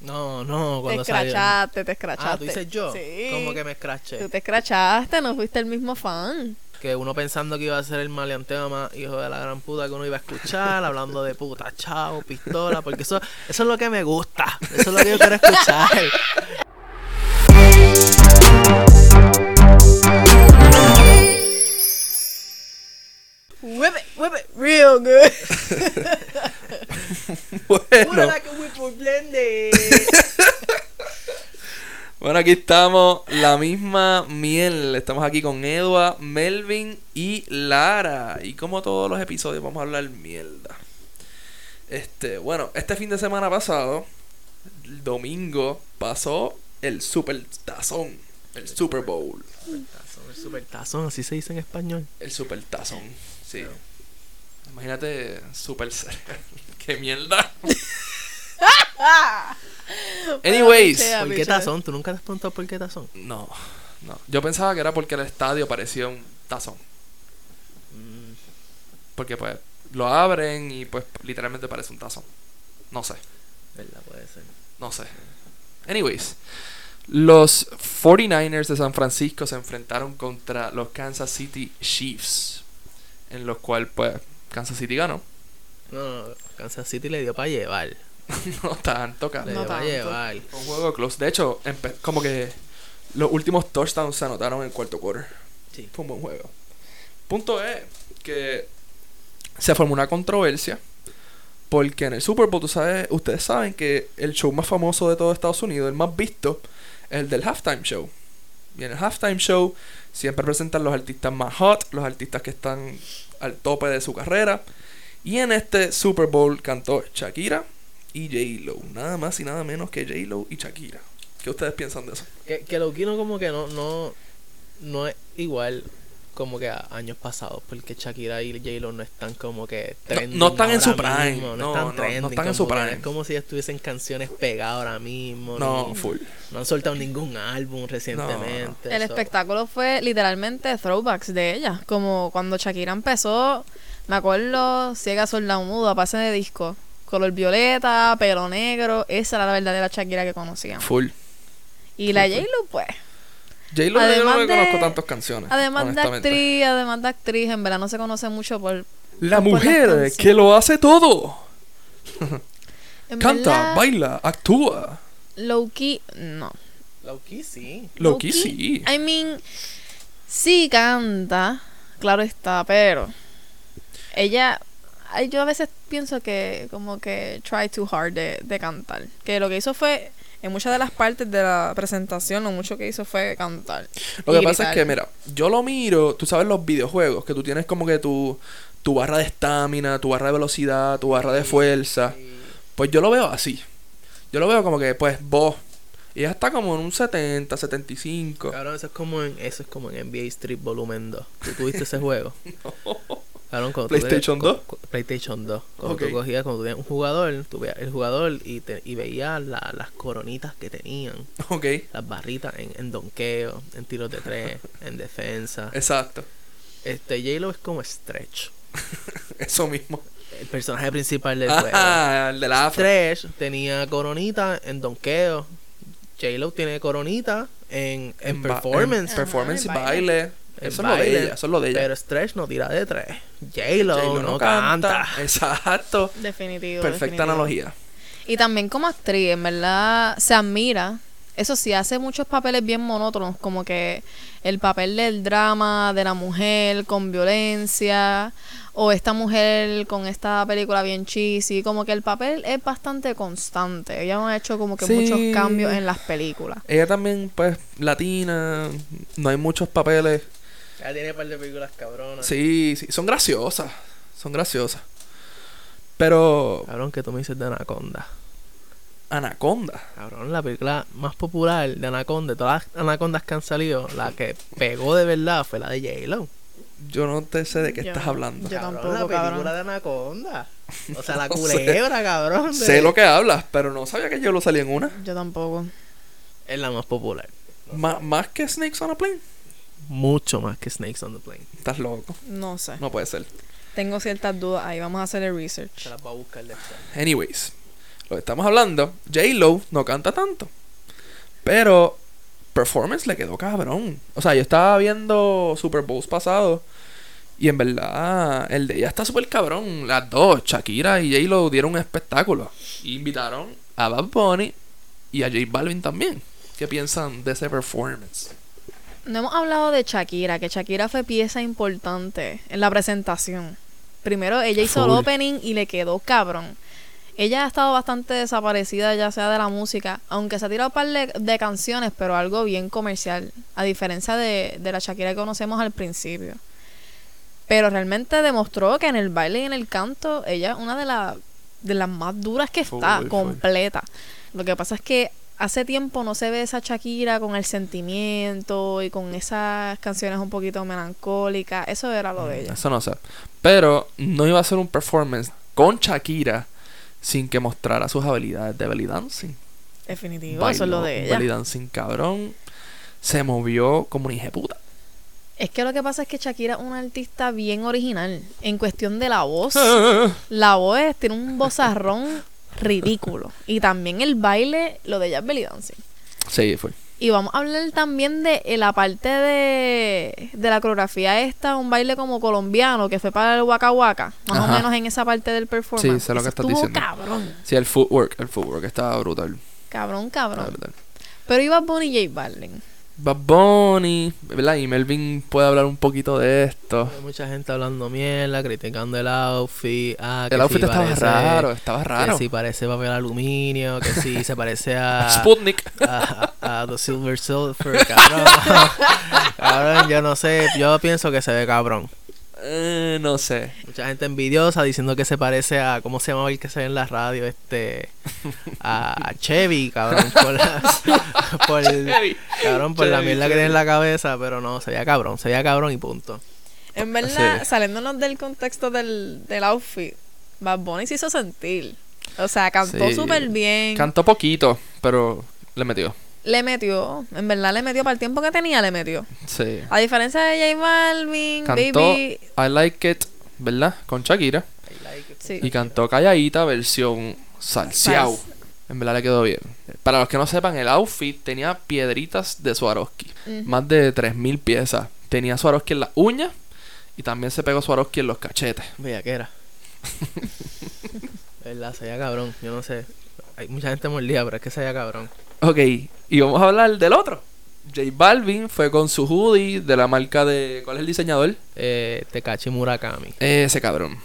No, no, Te cuando salió. escrachaste, te escrachaste. Ah, tú dices yo. Sí. Como que me escraché. Tú te escrachaste, no fuiste el mismo fan. Que uno pensando que iba a ser el maleanteo más hijo de la gran puta que uno iba a escuchar, hablando de puta, chao, pistola, porque eso, eso es lo que me gusta, eso es lo que yo quiero escuchar. Whip it, whip it real good. Bueno, que we for blende. bueno, aquí estamos, la misma miel. Estamos aquí con Edwa, Melvin y Lara. Y como todos los episodios, vamos a hablar mierda. Este, bueno, este fin de semana pasado, el domingo, pasó el Super Tazón. El Super Bowl. Tazón, el super tazón, así se dice en español. El Super Tazón. Sí. Imagínate, Super Cereal. ¡Qué mierda! Anyways. Ya, ¿Por qué bicho. tazón? ¿Tú nunca te has preguntado por qué tazón? No, no. Yo pensaba que era porque el estadio parecía un tazón. Mm, Porque pues lo abren y pues literalmente parece un tazón. No sé, Verdad, puede ser. no sé. Anyways, los 49ers de San Francisco se enfrentaron contra los Kansas City Chiefs. En los cual pues Kansas City ganó. No, no, Kansas City le dio para llevar. no tanto, cara. Le No dio para tanto. llevar. Un juego close. De hecho, empe- como que los últimos touchdowns se anotaron en el cuarto quarter. Sí. Fue un buen juego. Punto es que se formó una controversia porque en el Super Bowl, tú sabes, ustedes saben que el show más famoso de todo Estados Unidos, el más visto, es el del halftime show. Y en el halftime show siempre presentan los artistas más hot, los artistas que están al tope de su carrera. Y en este Super Bowl cantó Shakira y J-Lo. Nada más y nada menos que J-Lo y Shakira. ¿Qué ustedes piensan de eso? Que, que Loquino como que no, no, no es igual como que a años pasados, porque Shakira y J-Lo no están como que No- trending no están en su ahora prime. mismo, No, no- no trending, están en su como que prime. Es como si ya estuviesen canciones pegadas ahora mismo. No, ni- full. no han soltado ningún álbum recientemente. El so- espectáculo fue literalmente throwbacks de ella. Como cuando Shakira empezó, me acuerdo, ciega soldado muda, pase de disco. Color violeta, pelo negro. Esa era la verdadera Shakira que conocíamos. Full. Y la J-Lo, pues. J-Lo yo no Además le de- conozco tantas Pues, canciones. Además de honestamente. actriz, además de actriz, en verdad no se conoce mucho por. La por las mujer canciones. que lo hace todo. en Canta, verdad, baila, actúa. Low-key, no. Lowkey sí. Lo que Low-key, sí. I mean, sí canta, claro está, pero ella, ay, yo a veces pienso que como que try too hard de, de cantar, que lo que hizo fue, en muchas de las partes de la presentación, lo mucho que hizo fue cantar. Lo y que pasa es gritar. que, mira, yo lo miro, tú sabes los videojuegos, que tú tienes como que tu, tu barra de estamina, tu barra de velocidad, tu barra de fuerza. Pues yo lo veo así. Yo lo veo como que, pues, vos. Y ella está como en un 70, 75. Cabrón, eso es como en, eso es como en NBA Street Volumen 2. ¿Tú tuviste ese juego? Cabrón, cuando tú tenías- PlayStation cu- 2? cu- PlayStation 2. Cuando Ok. tú cogías, cuando tú tenías un jugador, tú veías el jugador y, te, y veías la- las coronitas que tenían, Ok, las barritas en, en donqueo, en tiros de tres, en defensa. exacto. Este J-Lo es como Stretch, Eso mismo. el personaje principal Ah, del juego. Ajá, el de la afro. Stretch tenía coronita en donqueo. J-Lo tiene coronita en, en, ba- performance. en performance y Ajá, en baile. en Eso es lo baile, de ella, eso es lo de ella. Pero Stretch no tira de tres. J-Lo, J-Lo no canta. Exacto. Definitivo. Perfecta definitivo. analogía. Y también como actriz, en verdad, se admira. Eso sí, hace muchos papeles bien monótonos, como que el papel del drama, de la mujer con violencia, o esta mujer con esta película bien cheesy, como que el papel es bastante constante. Ellos han hecho como que Sí. muchos cambios en las películas. Ella también, pues, latina. No hay muchos papeles. Ya tiene un par de películas cabronas. Sí, sí. Son graciosas. Son graciosas. Pero. Cabrón, que tú me dices de Anaconda. Anaconda. Cabrón, la película más popular de Anaconda, de todas las Anacondas que han salido, la que pegó de verdad fue la de J-Lo. Yo no te sé de qué Yo- estás hablando. yo- Cabrón, tampoco, la película cabrón. de Anaconda. O sea, la No sé. culebra, cabrón. de- Sé lo que hablas, pero no sabía que yo lo salía en una. Yo tampoco. Es la más popular. Ma- más que Snakes on a Plane. Mucho más que Snakes on the Plane. Estás loco. No sé. No puede ser. Tengo ciertas dudas ahí. Vamos a hacer el research. Se las va a buscar después. Anyways. lo que estamos hablando, J-Lo no canta tanto. Pero performance le quedó cabrón. O sea, yo estaba viendo Super Bowls pasado y en verdad el de ella está súper cabrón. Las dos, Shakira y J-Lo dieron un espectáculo. Y invitaron a Bad Bunny y a J Balvin también. ¿Qué piensan de ese performance? No hemos hablado de Shakira, que Shakira fue pieza importante en la presentación. Primero, ella hizo el Full. opening y le quedó cabrón. Ella ha estado bastante desaparecida, ya sea de la música, aunque se ha tirado un par de, de canciones, pero algo bien comercial, a diferencia de, de la Shakira que conocemos al principio. Pero realmente demostró que en el baile y en el canto, ella es una de, la- de las más duras que está, Full, full. completa. Lo que pasa es que hace tiempo no se ve esa Shakira con el sentimiento y con esas canciones un poquito melancólicas. Eso era lo de ella. Eso no sé. Pero no iba a ser un performance con Shakira sin que mostrara sus habilidades de belly dancing. Definitivo, Bailó eso es lo un de ella. Belly dancing cabrón. Se movió como una hija puta. Es que lo que pasa es que Shakira es una artista bien original en cuestión de la voz. La voz es- tiene un vozarrón ridículo. Y también el baile, lo de ella es belly dancing. Sí, fue. Y vamos a hablar también de eh, la parte de, de la coreografía esta, un baile como colombiano que fue para el Waka Waka, más Ajá. o menos en esa parte del performance. Sí, sé lo Eso que estás estuvo diciendo. cabrón, Sí, el footwork. El footwork estaba brutal. cabrón, estaba cabrón. brutal. Pero iba Bonnie y J Balvin. Bad Bunny, ¿verdad? Y Melvin puede hablar un poquito de esto. Hay mucha gente hablando mierda, criticando el outfit. Ah, que El outfit sí estaba parece- raro, estaba raro. Que si parece papel aluminio, que si se parece a, Sputnik. a, a- a The Silver Surfer, cabrón. cabrón, yo no sé, yo pienso que se ve cabrón. Eh, no sé. Mucha gente envidiosa diciendo que se parece a, ¿cómo se llamaba el que se ve en la radio? Este, a, a Chevy, cabrón, por, la- por el- cabrón, por la Chevy, mierda que tiene en Chevy. la cabeza, pero no, se veía cabrón, se veía cabrón y punto. En verdad, Sí. saliéndonos del contexto del, del outfit, Bad Bunny se hizo sentir. O sea, cantó Sí. súper bien. Cantó poquito, pero le metió. le metió, en verdad le metió para el tiempo que tenía, le metió. Sí. A diferencia de J Balvin, Cantó Baby. I Like It, ¿verdad? Con Shakira. Sí. Y cantó Calladita versión salseado. Sals- En verdad le quedó bien. Para los que no sepan, el outfit tenía piedritas de Swarovski. Más de 3.000 piezas. Tenía Swarovski en las uñas y también se pegó Swarovski en los cachetes. Mira que era. ¿Verdad? Se veía cabrón, yo no sé. Hay mucha gente mordida, pero es que se veía cabrón. Ok, y vamos a hablar del otro. J Balvin fue con su hoodie de la marca de... ¿Cuál es el diseñador? Eh, Tekashi Murakami. Ese cabrón.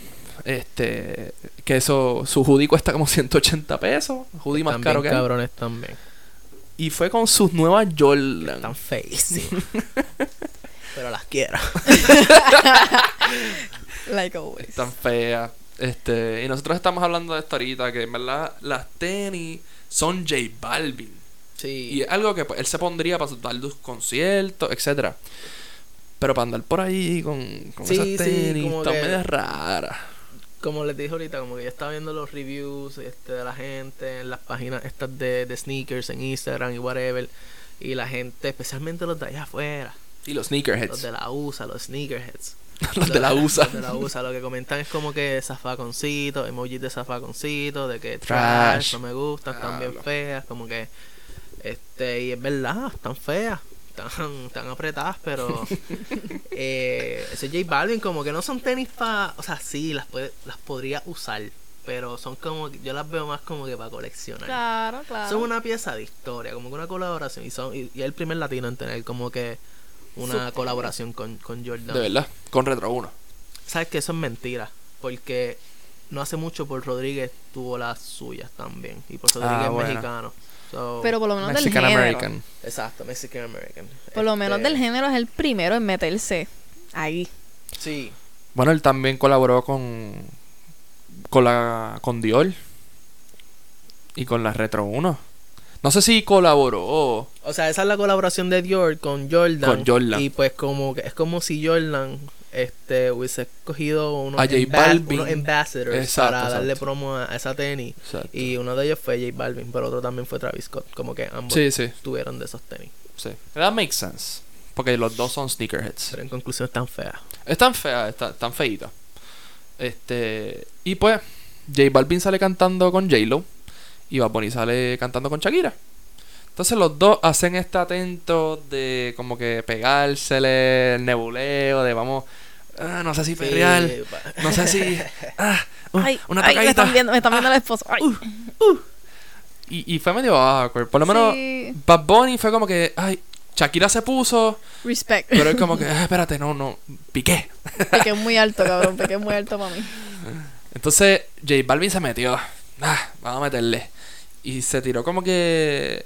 Este... Que eso... Su hoodie cuesta como 180 pesos. Hoodie más Están caro que bien hay. cabrones también. Y fue con sus nuevas Jordan. Están feísimos. pero las quiero. Like Pues. always. Están feas. Este... Y nosotros estamos hablando de esto ahorita. Que en verdad las tenis son J Balvin. Y Sí. es algo que pues, él se pondría para dar sus conciertos, etcétera. Pero para andar por ahí con, con Sí, esas sí, tenis, como están que- medias raras. Como les dije ahorita, como que yo estaba viendo los reviews este, de la gente en las páginas estas de, de sneakers en Instagram y whatever. Y la gente, especialmente los de allá afuera, Y los los sneakerheads. de la USA, los sneakerheads. Los de la USA. Los de la USA. Lo que comentan es como que zafaconcito, emojis de zafaconcito, de que Trash. trash, no me gustan, están bien Diablo. feas, como que. Este, y es verdad, están feas, están, están apretadas, pero. eh, ese J Balvin, como que no son tenis para. O sea, sí, las, puede, las podría usar, pero son como. que- Yo las veo más como que para coleccionar. Claro, claro. Son una pieza de historia, como que una colaboración. Y, son, y, y es el primer latino en tener como que una colaboración con, con Jordan. De verdad. Con Retro 1. Sabes que eso es mentira, porque no hace mucho por Rodríguez tuvo las suyas también. Y por Rodríguez Ah, es bueno. mexicano. So- Pero por lo menos Mexican del género. American. Exacto, Mexican American. Por lo menos Este, del género es el primero en meterse ahí. Sí. Bueno, él también colaboró con. Con la. Con Dior. Y con la Retro 1. No sé si colaboró. O sea, esa es la colaboración de Dior con Jordan. Con Jordan. Y pues como que es como si Jordan este hubiese escogido unos, A J amba- Balvin. unos ambassadors Exacto, para darle exacto. promo a a esa tenis. Exacto. Y uno de ellos fue J Balvin, pero otro también fue Travis Scott. Como que ambos Sí, sí, tuvieron de esos tenis. sí. That makes sense. Porque los dos son sneakerheads. Pero en conclusión están feas. Están feas, están, están feitas. Este. Y pues, J Balvin sale cantando con J-Lo. y Bad Bunny sale cantando con Shakira. Entonces los dos hacen este atento de como que pegársele, el nebuleo, de vamos, ah, no sé si perrear, Sí, pa- no sé si, ah, uh, Ay, una ay, me tocadita. están viendo, me están viendo el esposo. Ay. Y, y fue medio awkward, por lo menos Sí. Bad Bunny fue como que, ay, Shakira se puso, Respect. pero es como que, "Ah, espérate, no, no, piqué. Pequé muy alto, cabrón. Pequé muy alto para mí. Entonces J Balvin se metió. Ah, vamos a meterle. Y se tiró como que.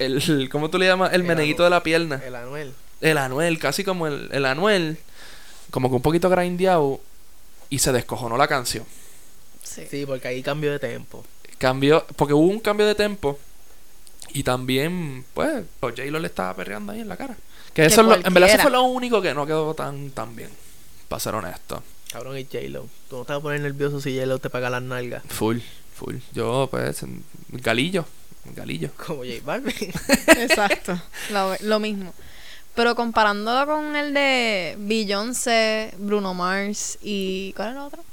El, el- ¿Cómo tú le llamas? El El meneguito Anuel. de la pierna. El Anuel. El Anuel, casi como el, el Anuel. Como que un poquito grindeado. Y se descojonó la canción. Sí. Sí, porque ahí cambio de tempo. Cambió. Porque hubo un cambio de tempo. Y también, pues, J Lo le estaba perreando ahí en la cara. Que Que eso es lo- en verdad eso cualquiera. fue lo único que no quedó tan, tan bien. Para ser honesto. Cabrón, es J-Lo. Tú no te vas a poner nervioso si J-Lo te paga las nalgas. Full, full. Yo, pues, en- galillo. Galillo. Como J Balvin. Exacto, lo, lo mismo. Pero comparándolo con el de Beyoncé, Bruno Mars y. ¿Cuál era el otro?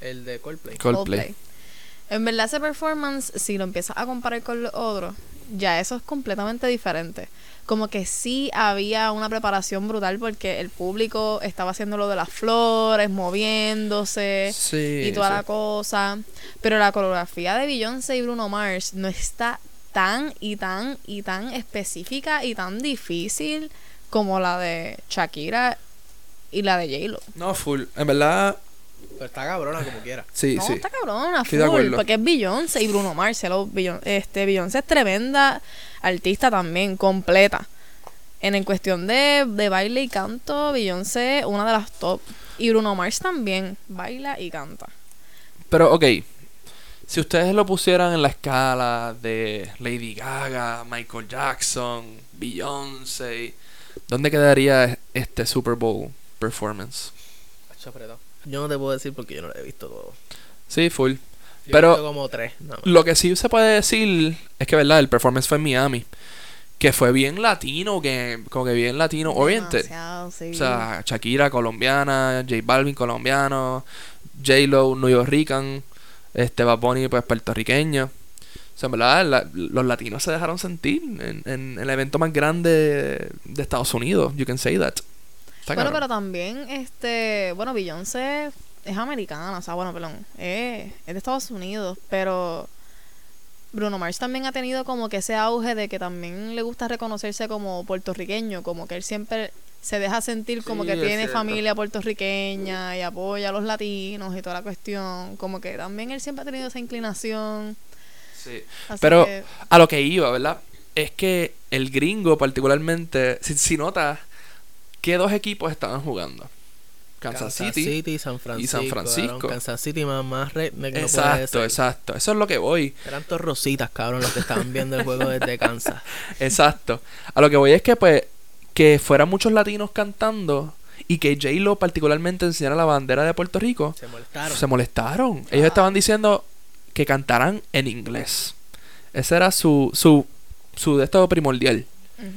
el de Coldplay. Coldplay. En verdad, ese performance, si lo empiezas a comparar con los otros, ya eso es completamente diferente. Como que sí había una preparación brutal porque el público estaba haciendo lo de las flores, moviéndose Sí, y toda sí. la cosa. Pero la coreografía de Beyoncé y Bruno Mars no está tan y tan y tan específica y tan difícil como la de Shakira y la de J-Lo. No, full. En verdad, Pero está cabrona como quiera. sí, no, sí. está cabrona, Estoy de full, acuerdo. porque es Beyoncé y Bruno Mars. hello, Beyon- este, Beyoncé es tremenda artista también, completa. En, en cuestión de, de baile y canto, Beyoncé es una de las top. Y Bruno Mars también baila y canta. Pero, ok. Si ustedes lo pusieran en la escala de Lady Gaga, Michael Jackson, Beyoncé, ¿dónde quedaría este Super Bowl performance? Hacho, apretado. Yo no te puedo decir porque yo no lo he visto todo. Sí, full. Yo Pero- he visto como tres, nada más. Lo que sí se puede decir es que, ¿verdad? El performance fue en Miami. Que fue bien latino, que como que bien latino oriented. Demasiado, sí. O sea, Shakira colombiana, J Balvin colombiano, J-Lo newyorrican, este Bad Bunny pues puertorriqueño. O sea, en verdad, la- los latinos se dejaron sentir en, en el evento más grande de Estados Unidos. You can say that. Está bueno, pero cabrón. también, este, bueno, Beyoncé es americana, o sea, bueno, perdón, eh, es de Estados Unidos, pero Bruno Mars también ha tenido como que ese auge de que también le gusta reconocerse como puertorriqueño, como que él siempre se deja sentir como Sí, que es tiene cierto. familia puertorriqueña y apoya a los latinos y toda la cuestión, como que también él siempre ha tenido esa inclinación. Sí. así Pero que- a lo que iba, ¿verdad? Es que el gringo particularmente, si, si notas, ¿qué dos equipos estaban jugando? Kansas, City. San Francisco. y San Francisco. cabrón. Kansas City más, más red. no puede Exacto, ser. exacto. Eso es lo que voy. Eran todos rositas, cabrón, los que estaban viendo el juego desde Kansas. Exacto. A lo que voy es que, pues, que fueran muchos latinos cantando y que J-Lo particularmente enseñara la bandera de Puerto Rico, Se molestaron. se molestaron. Ellos estaban diciendo que cantaran en inglés. Ese era su, su, su de esto primordial. Ujú.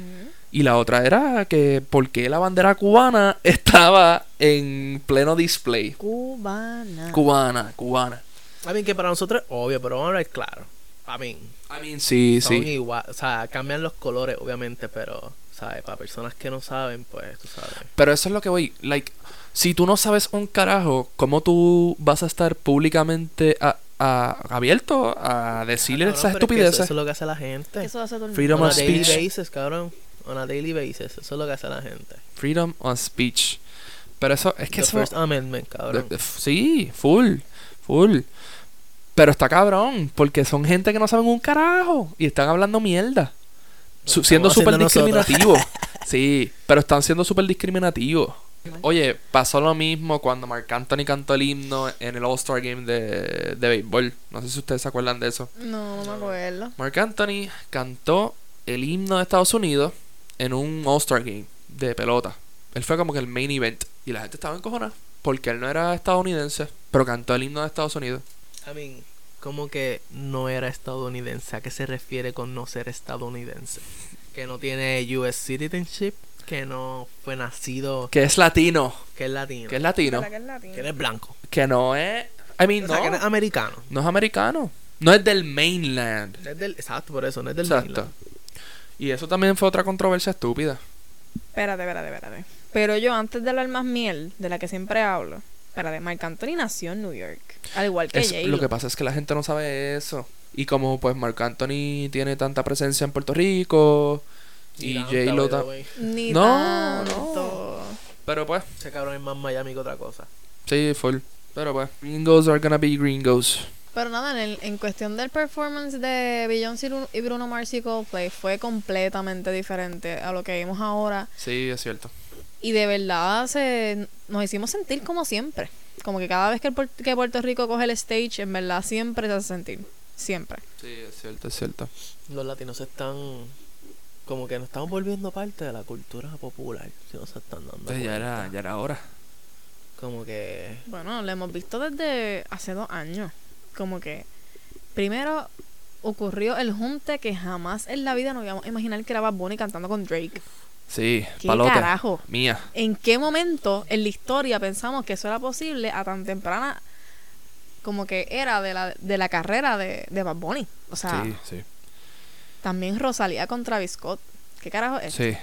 Y la otra era que por qué la bandera cubana estaba en pleno display. Cubana. Cubana, cubana. A mí que para nosotros es obvio, pero vamos a ver claro. A mí, I mean, sí, son sí. igual, o sea, cambian los colores, obviamente, pero, ¿sabes? Para personas que no saben, pues, tú sabes. Pero eso es lo que voy. Like, si tú no sabes un carajo, ¿cómo tú vas a estar públicamente a- a- abierto a decirle Cabrón, Ah, pero es que esas eso- estupideces? Eso es lo que hace la gente. Eso hace todo el Freedom On of a daily speech. basis, cabrón. On a daily basis. Eso es lo que hace la gente. Freedom of speech. Pero eso, es que The eso. First Amendment, cabrón. de- de- sí, full, full. Pero está cabrón, porque son gente que no saben un carajo y están hablando mierda. Su- estamos siendo haciendo súper discriminativos. sí, pero están siendo súper discriminativos. Oye, pasó lo mismo cuando Marc Anthony cantó el himno en el All-Star Game de, de béisbol. No sé si ustedes se acuerdan de eso. No, no me acuerdo. Marc Anthony cantó el himno de Estados Unidos en un All-Star Game de pelota. Él fue como que el main event. Y la gente estaba encojonada porque él no era estadounidense, pero cantó el himno de Estados Unidos. I mean, como que no era estadounidense. ¿A qué se refiere con no ser estadounidense? Que no tiene US citizenship, que no fue nacido, Que es latino. que es latino, Que es latino. que eres blanco. Que no es. I mean, O sea, que eres no. americano. No es americano. No es del mainland. No es del- exacto, por eso, no es del Exacto. Y eso también fue otra controversia estúpida. Espérate, espérate, espérate. Pero yo, antes de hablar más miel, de la que siempre hablo, espérate, Marc Anthony nació en New York. Al igual que Es- J. lo que pasa es que la gente no sabe eso. Y como pues Marc Anthony tiene tanta presencia en Puerto Rico y J J-Lo ta- Ni No, tanto. Pero pues, Ese cabrón es más Miami que otra cosa. sí, full. Pero pues, gringos are gonna be gringos. Pero nada, en, el- en cuestión del performance de Beyoncé y Bru- y Bruno Mars y Coldplay fue completamente diferente a lo que vimos ahora. Sí, es cierto. Y de verdad se, nos hicimos sentir como siempre. Como que cada vez que, el puer- que Puerto Rico coge el stage, en verdad siempre se hace sentir. Siempre. Sí, es cierto, es cierto. Los latinos están. Como que nos estamos volviendo parte de la cultura popular. Si no se están dando. Entonces Pues ya cuenta. era, ya era hora. Como que. Bueno, lo hemos visto desde hace dos años. Como que primero ocurrió el junte que jamás en la vida nos íbamos a imaginar que era Bad Bunny cantando con Drake. Sí, ¿Qué palota. carajo? Mía. ¿En qué momento en la historia pensamos que eso era posible a tan temprana como que era de la, de la carrera de, de Bad Bunny? O sea, sí, sí. también Rosalía con Travis Scott. ¿Qué carajo es? Sí.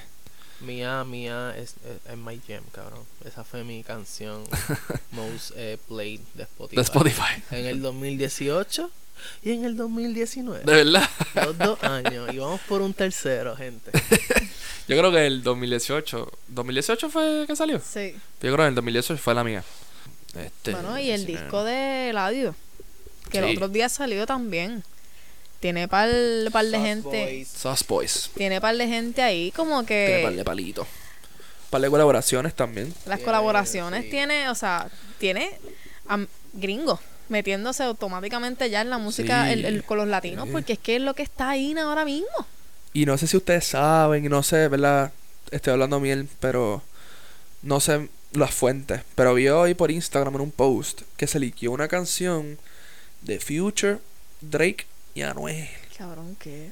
Mía, mía es, es, es my jam, cabrón. Esa fue mi canción most eh, played de Spotify. De Spotify. En el 2018 y en el 2019. De verdad. Los dos años. Y vamos por un tercero, gente. Yo creo que el 2018. ¿2018 fue que salió? Sí. Yo creo que el 2018 fue la mía. Este, Bueno, y el sí, disco de Eladio, que Sí. los otros días salió también. Tiene par, par de Soft gente. Boys. Sauce Boys. Tiene par de gente ahí, como Tiene par de que palitos. Par de colaboraciones también. las Tiene, colaboraciones sí. tiene, o sea, tiene am- gringos metiéndose automáticamente ya en la música Sí. el- el- con los latinos, Sí. porque es que es lo que está ahí ahora mismo. Y no sé si ustedes saben, y no sé, ¿verdad? Estoy hablando miel, pero no sé las fuentes. Pero vi hoy por Instagram en un post que se liquió una canción de Future, Drake y Anuel. Cabrón, ¿qué?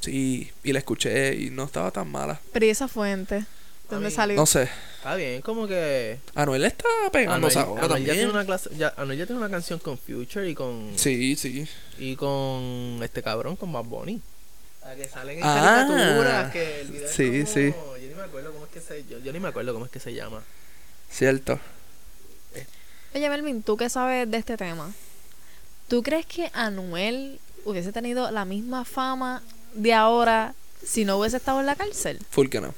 Sí, y la escuché y no estaba tan mala. Pero ¿y esa fuente? ¿Dónde Amigo. salió? No sé, Está bien, como que. Anuel está Anuel, pegándose ahora Anuel ya tiene también. una clase, ya, Anuel ya tiene una canción con Future y con Sí, sí. y con este cabrón con Bad Bunny. La que salen en Ah. caricaturas que el video es Sí, como- sí. Yo ni me acuerdo cómo es que se yo, yo ni me acuerdo cómo es que se llama. Cierto. Oye, Melvin, ¿tú qué sabes de este tema? ¿Tú crees que Anuel hubiese tenido la misma fama de ahora si no hubiese estado en la cárcel? Full que no.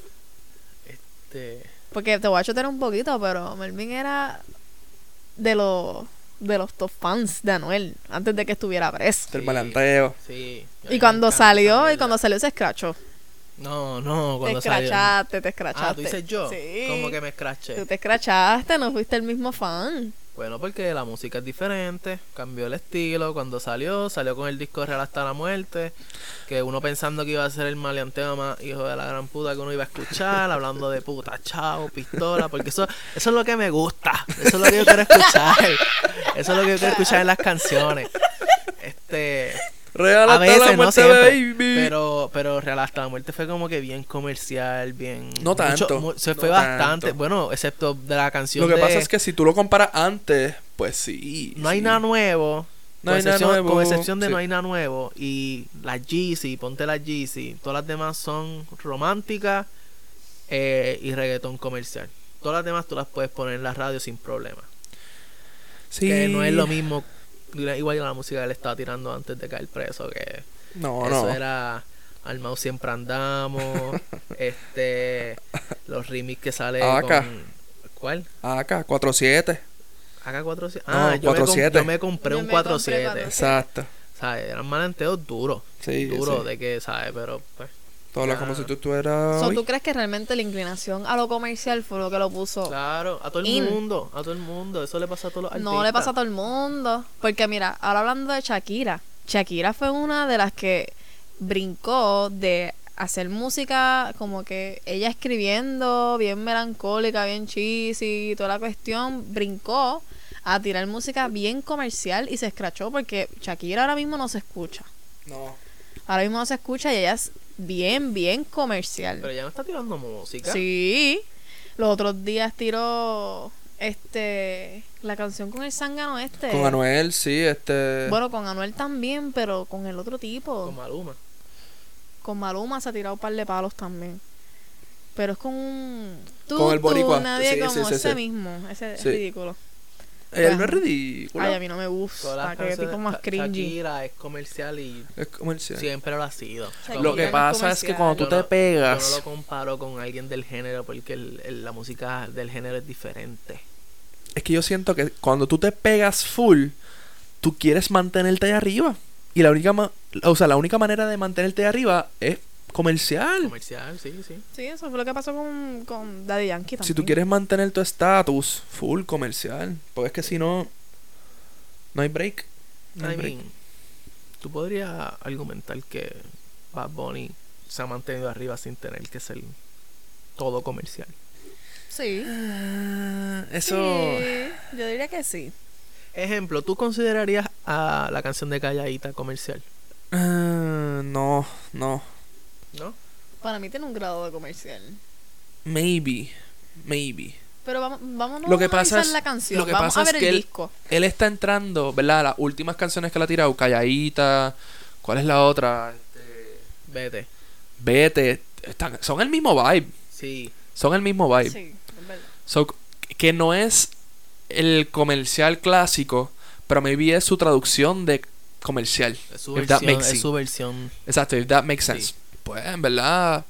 Este, Porque te voy a chotear un poquito, pero Melvin era de los de los top fans de Anuel antes de que estuviera preso. Del Sí. malanteo. sí. a mí Y me encanta cuando esa salió, y mierda. cuando salió se escrachó. No, no, Te cuando salió. escrachaste, te escrachaste. Ah, tú dices yo. Sí. Como que me escraché. Tú te escrachaste, no fuiste el mismo fan. Bueno, porque la música es diferente, cambió el estilo, cuando salió, salió con el disco Real hasta la muerte, que uno pensando que iba a ser el maleanteo más hijo de la gran puta que uno iba a escuchar, hablando de puta, chao, pistola, porque eso, eso es lo que me gusta, eso es lo que yo quiero escuchar, eso es lo que yo quiero escuchar en las canciones. Este, Real a hasta la veces, no muerte, siempre, baby. pero, pero Real hasta la muerte fue como que bien comercial, bien... No tanto, se no fue bastante, tanto. bueno, excepto de la canción Lo que de- pasa es que si tú lo comparas antes, pues sí. no hay sí. nada nuevo. No con hay nada excepción- nuevo, Con excepción de sí. no hay nada nuevo. Y las Jeezy, ponte las Jeezy. Todas las demás son románticas eh, y reggaetón comercial. Todas las demás tú las puedes poner en la radio sin problema. Sí. Que no es lo mismo. Igual que la música que le estaba tirando antes de caer preso. Que No, eso no. era. Al Mau siempre andamos. este. Los remix que sale. Ah, Acá. Con, ¿Cuál? Acá, 4-7. AK47. No, Ah, yo, me comp- 47. yo me compré Yo un me compré 47. Exacto. ¿sabes? Eran malenteos duros. Sí, duros sí. de que, ¿sabes? Pero, pues. Todo lo Ya. como si tú estuvieras. So, hoy. ¿Tú crees que realmente la inclinación a lo comercial fue lo que lo puso Claro, a todo el Oh. In. mundo. A todo el mundo. Eso le pasa a todos los artistas. No le pasa a todo el mundo. Porque mira, ahora hablando de Shakira, Shakira fue una de las que brincó de hacer música como que ella escribiendo, bien melancólica, bien cheesy, toda la cuestión, brincó a tirar música bien comercial y se escrachó porque Shakira ahora mismo no se escucha. No. Ahora mismo no se escucha y ella es bien, bien comercial. Pero ya no está tirando música. Sí. Los otros días tiró Este, la canción con el zángano este. Con Anuel, sí, este. Bueno, con Anuel también, pero con el otro tipo. Con Maluma. Con Maluma se ha tirado un par de palos también. Pero es con un... Tú, Con el tú, boricua. nadie Sí, sí, como sí, ese sí. mismo. Ese es Sí. ridículo. Él no es ridículo. pues, Ay, a mí no me Todas las gusta. Que canciones- tipo más Sha- cringy. Shakira es comercial y Es comercial. siempre lo ha sido. Shakira. Lo que es pasa es que comercial. cuando tú Yo te no- Yo no pegas. lo comparo con alguien del género porque el- el- la música del género es diferente. Es que yo siento que cuando tú te pegas full, tú quieres mantenerte ahí arriba. Y la única, ma- o sea, la única manera de mantenerte ahí arriba es comercial. Comercial, sí, sí. Sí, eso fue lo que pasó con, con Daddy Yankee también. Si tú quieres mantener tu estatus full comercial, pues es que si no, no hay break. Mm. No hay I break. mean, tú podrías argumentar que Bad Bunny se ha mantenido arriba sin tener que ser todo comercial. Sí. Ah, eso. Sí, yo diría que sí. Ejemplo, ¿tú considerarías a la canción de Calladita comercial? Ah, no, no. ¿No? Para mí tiene un grado de comercial. Maybe. Maybe. Pero vamos, vámonos Lo que a analizar pasa es- la canción. lo que vamos pasa a es ver que el él- disco. Él está entrando, ¿verdad? Las últimas canciones que le ha tirado, Calladita. ¿Cuál es la otra? Este, Vete. Vete. Están- son el mismo vibe. Sí. Son el mismo vibe. Sí, es verdad. So, que no es el comercial clásico, pero maybe es su traducción de comercial. Es su If that versión. makes Es sense. su versión. Exacto, if that makes sense. Pues, en verdad.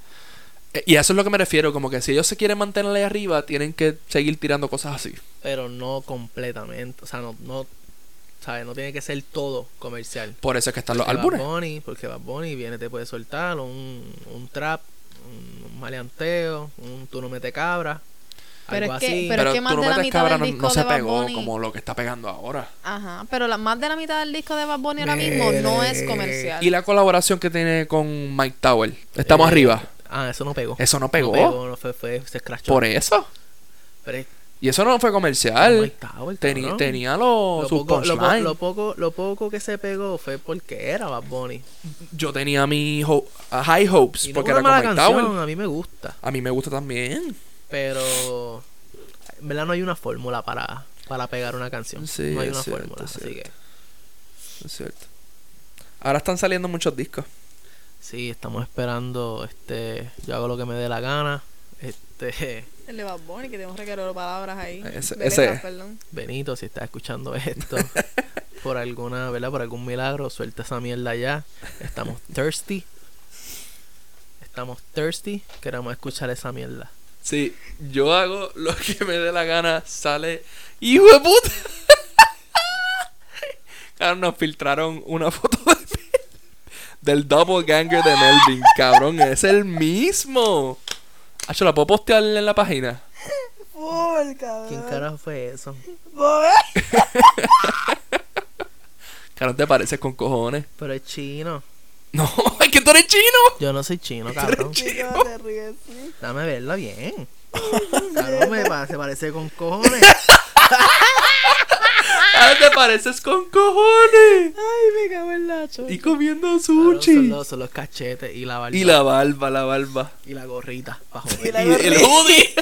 eh, Y a eso es lo que me refiero, como que si ellos se quieren mantener ahí arriba, tienen que seguir tirando cosas así. pero no completamente. O sea, no, no, ¿sabes? No tiene que ser todo comercial. Por eso es que están los Porque álbumes. Bad Bunny, porque Bad Bunny viene, te puede soltar un, un trap, un, un maleanteo, un tú no mete cabra, Pero algo es que- así. pero- Pero, es más tú no de la metes mitad cabra, del no, disco no se de Bad pegó Bunny. como lo que está pegando ahora. Ajá, pero la, más de la mitad del disco de Bad Bunny ahora mismo no es comercial. Y la colaboración que tiene con Mike Tower. Estamos Eh, arriba. Ah, eso no pegó. Eso no pegó. No pegó, no fue, fue- se escrachó. Por eso. Pero es- Y eso no fue Mike comercial. Tower, Teni- cabrón. tenía los, Lo sus poco, lo po- punchlines. lo poco, lo poco que se pegó fue porque era Bad Bunny. Yo tenía mis ho- a high hopes Y no Pues porque es una era mala con Mike canción, Tower. a mí me gusta. A mí me gusta también. Pero en verdad no hay una fórmula para, para pegar una canción. Sí, no hay es una cierto, fórmula. es Así que cierto. Es cierto. Ahora están saliendo muchos discos. sí, estamos esperando, este, yo hago lo que me dé la gana. Este, El de Bad Bunny, que tenemos recargo de palabras ahí. Ese- De ese- letras, perdón. Benito, si estás escuchando esto, por alguna, ¿verdad? Por algún milagro, suelta esa mierda ya. Estamos thirsty. Estamos thirsty. Queremos escuchar esa mierda. Sí, yo hago lo que me dé la gana, sale. ¡Hijo de puta! Cabrón, nos filtraron una foto de del doppelganger de Melvin, cabrón, es el mismo. Hacho, ¿la puedo postear en la página? ¿Quién carajo fue eso? Cabrón, te pareces con cojones. Pero es chino. No, es que tú eres chino. Yo no soy chino, cabrón. Chino. Dame verla bien. Cabrón, me pa- se parece con cojones. Ah, te pareces con Ay, cojones. me cago en lacho. Y comiendo Cabrón, son, sushi. los, son los cachetes y la barba. Y la barba, la barba. y la gorrita. pa' Y joder. el hoodie.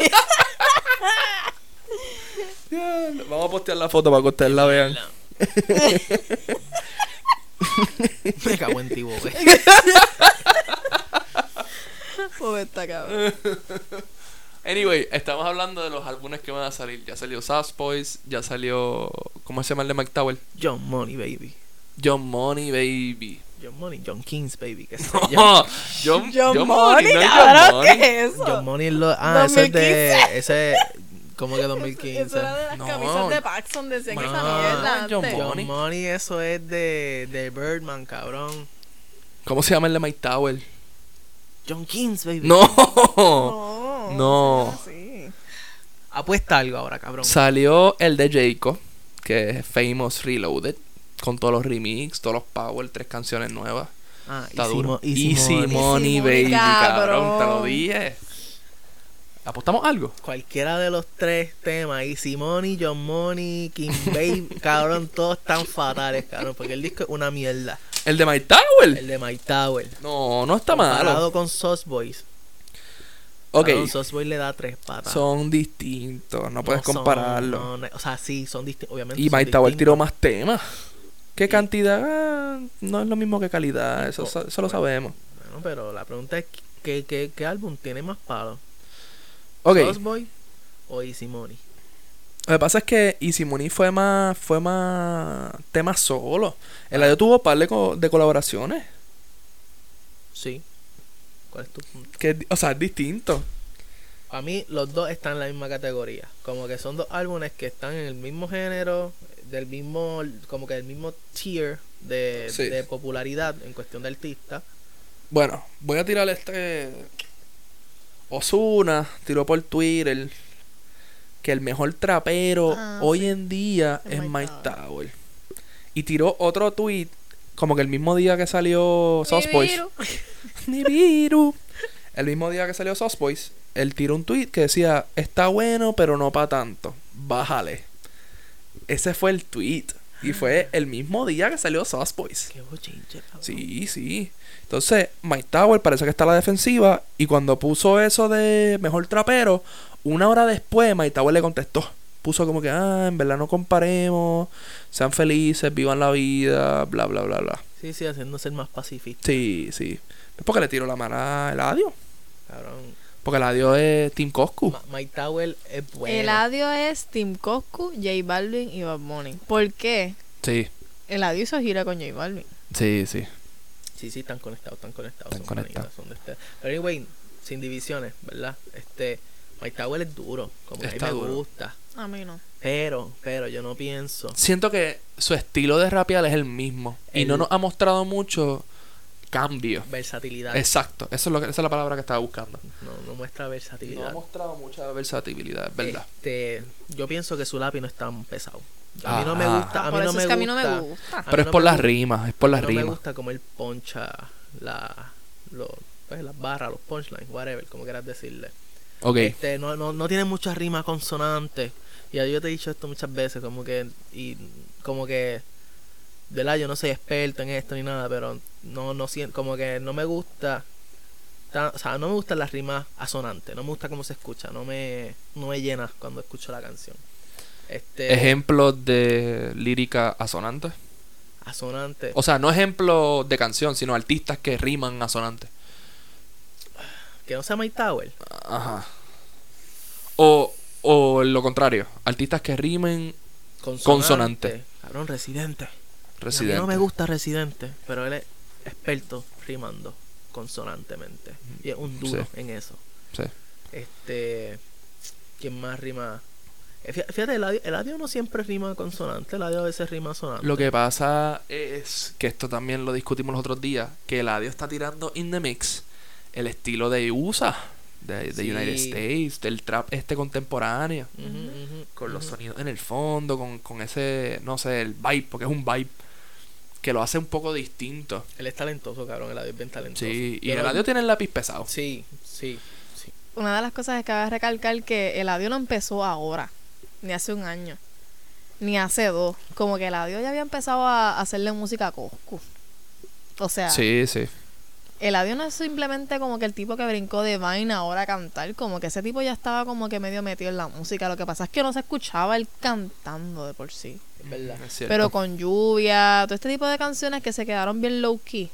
Diablo. Vamos a postear la foto para que ustedes la vean. Me cago en ti, bobe. Pobre esta Eh, cabrón. Anyway, estamos hablando de los álbumes que van a salir. Ya salió Sass Boys, ya salió. ¿Cómo se llama el de Mike Tower? John Money, baby. John Money, baby. John Money, John Kings, baby. que sé yo. John, John, John Money, Money, no es John cabrón, Money. ¿qué es eso? John Money es lo. Ah, ese es de. Ese. ¿Cómo que 2015? Eso era de las No. camisas de Paxson, decían que esa No, mierda John antes. John Money. Money, eso es de, de Birdman, cabrón. ¿Cómo se llama el de Mike Tower? John Kings, baby. No. No. Ah, No. se llama así. Apuesta algo ahora, cabrón. Salió el de Jayco, que es Famous Reloaded, con todos los remix, todos los power, tres canciones nuevas. Ah, Está Easy duro. Mo- Easy Money. Money, baby, cabrón, cabrón. te lo dije. ¿Apostamos algo? Cualquiera de los tres temas, Easy Money, John Money, King Baby, cabrón, todos están fatales, cabrón, porque el disco es una mierda. ¿El de My Tower? El de My Tower. No, no está malo. Comparado con Sauce Boys. Ok, Claro, un Softboy le da tres patas. son distintos, no puedes son- compararlo. no, no, o sea, sí, son distintos. Obviamente. Y son Mike Tower tiró distintos. más temas. ¿Qué cantidad? Ah, no es lo mismo que calidad, eso, Tipo, sa- eso lo sabemos. Bueno, pero la pregunta es: ¿qué, qué, qué álbum tiene más palos? Ok, Softboy o Easy Money? lo que pasa es que Easy Money fue más, fue más temas solo. Ah. El año tuvo par de, co- de colaboraciones, Sí. ¿Cuál es tu punto? que, es di- o sea, es distinto. A mí, los dos están en la misma categoría. Como que son dos álbumes que están en el mismo género, del mismo, como que del mismo tier de, Sí. de popularidad en cuestión de artista. Bueno, voy a tirar este. Osuna tiró por Twitter que el mejor trapero Ah, hoy en día Es es Mike Mike Tower. Tower. Y tiró otro tweet, como que el mismo día que salió Sauce Boys. Nibiru. Nibiru. El mismo día que salió Sauce Boys, él tiró un tweet que decía: Está bueno, pero no para tanto. Bájale. Ese fue el tweet. Y fue el mismo día que salió Sauce Boys. Qué bochinche, cabrón. Sí, sí. Entonces, Mike Tower parece que está a la defensiva. Y cuando puso eso de mejor trapero, una hora después, Mike Tower le contestó. Puso como que, ah, en verdad no comparemos, sean felices, vivan la vida, bla, bla, bla, bla. Sí, sí, haciendo ser más pacifista, Sí, sí. Es porque le tiró la mano a Eladio. cabrón. Porque Eladio es Team Coscu. Ma- Mike Tower es bueno. Eladio es Tim Coscu, J Balvin y Bad Bunny. ¿Por qué? Sí, Eladio hizo gira con J Balvin. sí, sí. Sí, sí, están conectados, están conectados. son Están bonitas, conectados. son de este- Pero anyway, sin divisiones, ¿verdad? Este, Mike Tower es duro, como que a mí Está me duro. gusta. A mí no. Pero, pero yo no pienso. Siento que su estilo de rapear es el mismo. Y El- no nos ha mostrado mucho cambio. Versatilidad. Exacto. Eso es lo que, esa es la palabra que estaba buscando. No, no muestra No ha versatilidad. mostrado mucha versatilidad, es verdad. Este, yo pienso que su lápiz no es tan pesado. A Ah. mí no me gusta, a mí por no eso me gusta. es que a mí no me gusta. a mí Pero es no por me las gusta- rimas, es por las no rimas. me gusta como él poncha la, lo- pues, las barras, los punchlines, whatever, como quieras decirle. Ok. Este, no, no, no tiene muchas rimas consonantes. Y ya yo te he dicho esto muchas veces, como que, y como que, de la yo no soy experto en esto ni nada, pero no, no siento, como que no me gusta, tan- o sea, no me gustan las rimas asonantes, no me gusta cómo se escucha, no me, no me llena cuando escucho la canción. Este, Ejemplos de lírica asonante. eh, asonante. O sea, no ejemplos de canción, sino artistas que riman asonante. Que no sea My Tower. Ajá. O, o lo contrario, artistas que rimen Consonante. Cabrón, residente. Y residente. A mí no me gusta Residente, pero él es experto rimando consonantemente. Y es un duro en eso. Sí. Este. ¿Quién más rima? Eh, fí- Fíjate, el audio, no siempre rima consonante, el audio a veces rima sonante. Lo que pasa es que esto también lo discutimos los otros días, que Eladio está tirando in the mix el estilo de USA, de, de Sí. United States, del trap este contemporáneo. Ujú, ujú, con los ujú. sonidos en el fondo, con, con ese, no sé, el vibe, porque es un vibe que lo hace un poco distinto. Él es talentoso, cabrón, el audio es bien talentoso. Sí, y Yo el no- radio tiene el lápiz pesado. Sí, sí, sí. Una de las cosas que cabe recalcar que Eladio no empezó ahora, ni hace un año, ni hace dos. Como que Eladio ya había empezado a hacerle música a Coscu. O sea, Sí, sí. Eladio no es simplemente como que el tipo que brincó de vaina ahora a cantar, como que ese tipo ya estaba como que medio metido en la música. Lo que pasa es que no se escuchaba él cantando de por sí. Es verdad. Es cierto. Pero con lluvia, todo este tipo de canciones que se quedaron bien low key.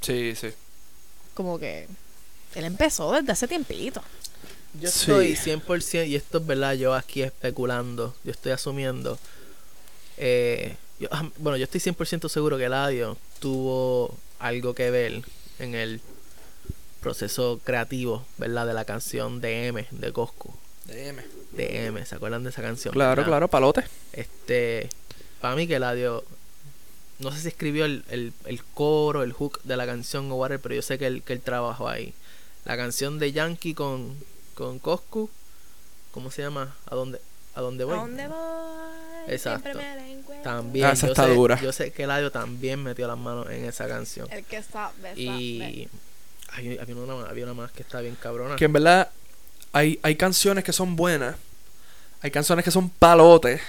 Sí, sí. Como que él empezó desde hace tiempito. Yo Sí. estoy 100%, y esto es verdad, yo aquí especulando, yo estoy asumiendo. eh, yo- ah, bueno, yo estoy 100% seguro que Eladio tuvo algo que ver en el proceso creativo, ¿verdad? De la canción DM, de Coscu. DM, ¿se acuerdan de esa canción? Claro, verdad? claro, palote. Este, para mí que Eladio, no sé si escribió el, el- el coro, el hook de la canción o whatever, pero yo sé que él, que él trabajó ahí. La canción de Yankee con, con Coscu, ¿cómo se llama? ¿A dónde, a dónde voy? voy? Exacto. Siempre me la encuentro. También, Ah, esa yo está sé, dura. yo sé que Eladio también metió las manos en esa canción. El que sabe, sabe. Y hay- había, una, más- había una más que está bien cabrona. Que en verdad hay, hay canciones que son buenas, hay canciones que son palotes,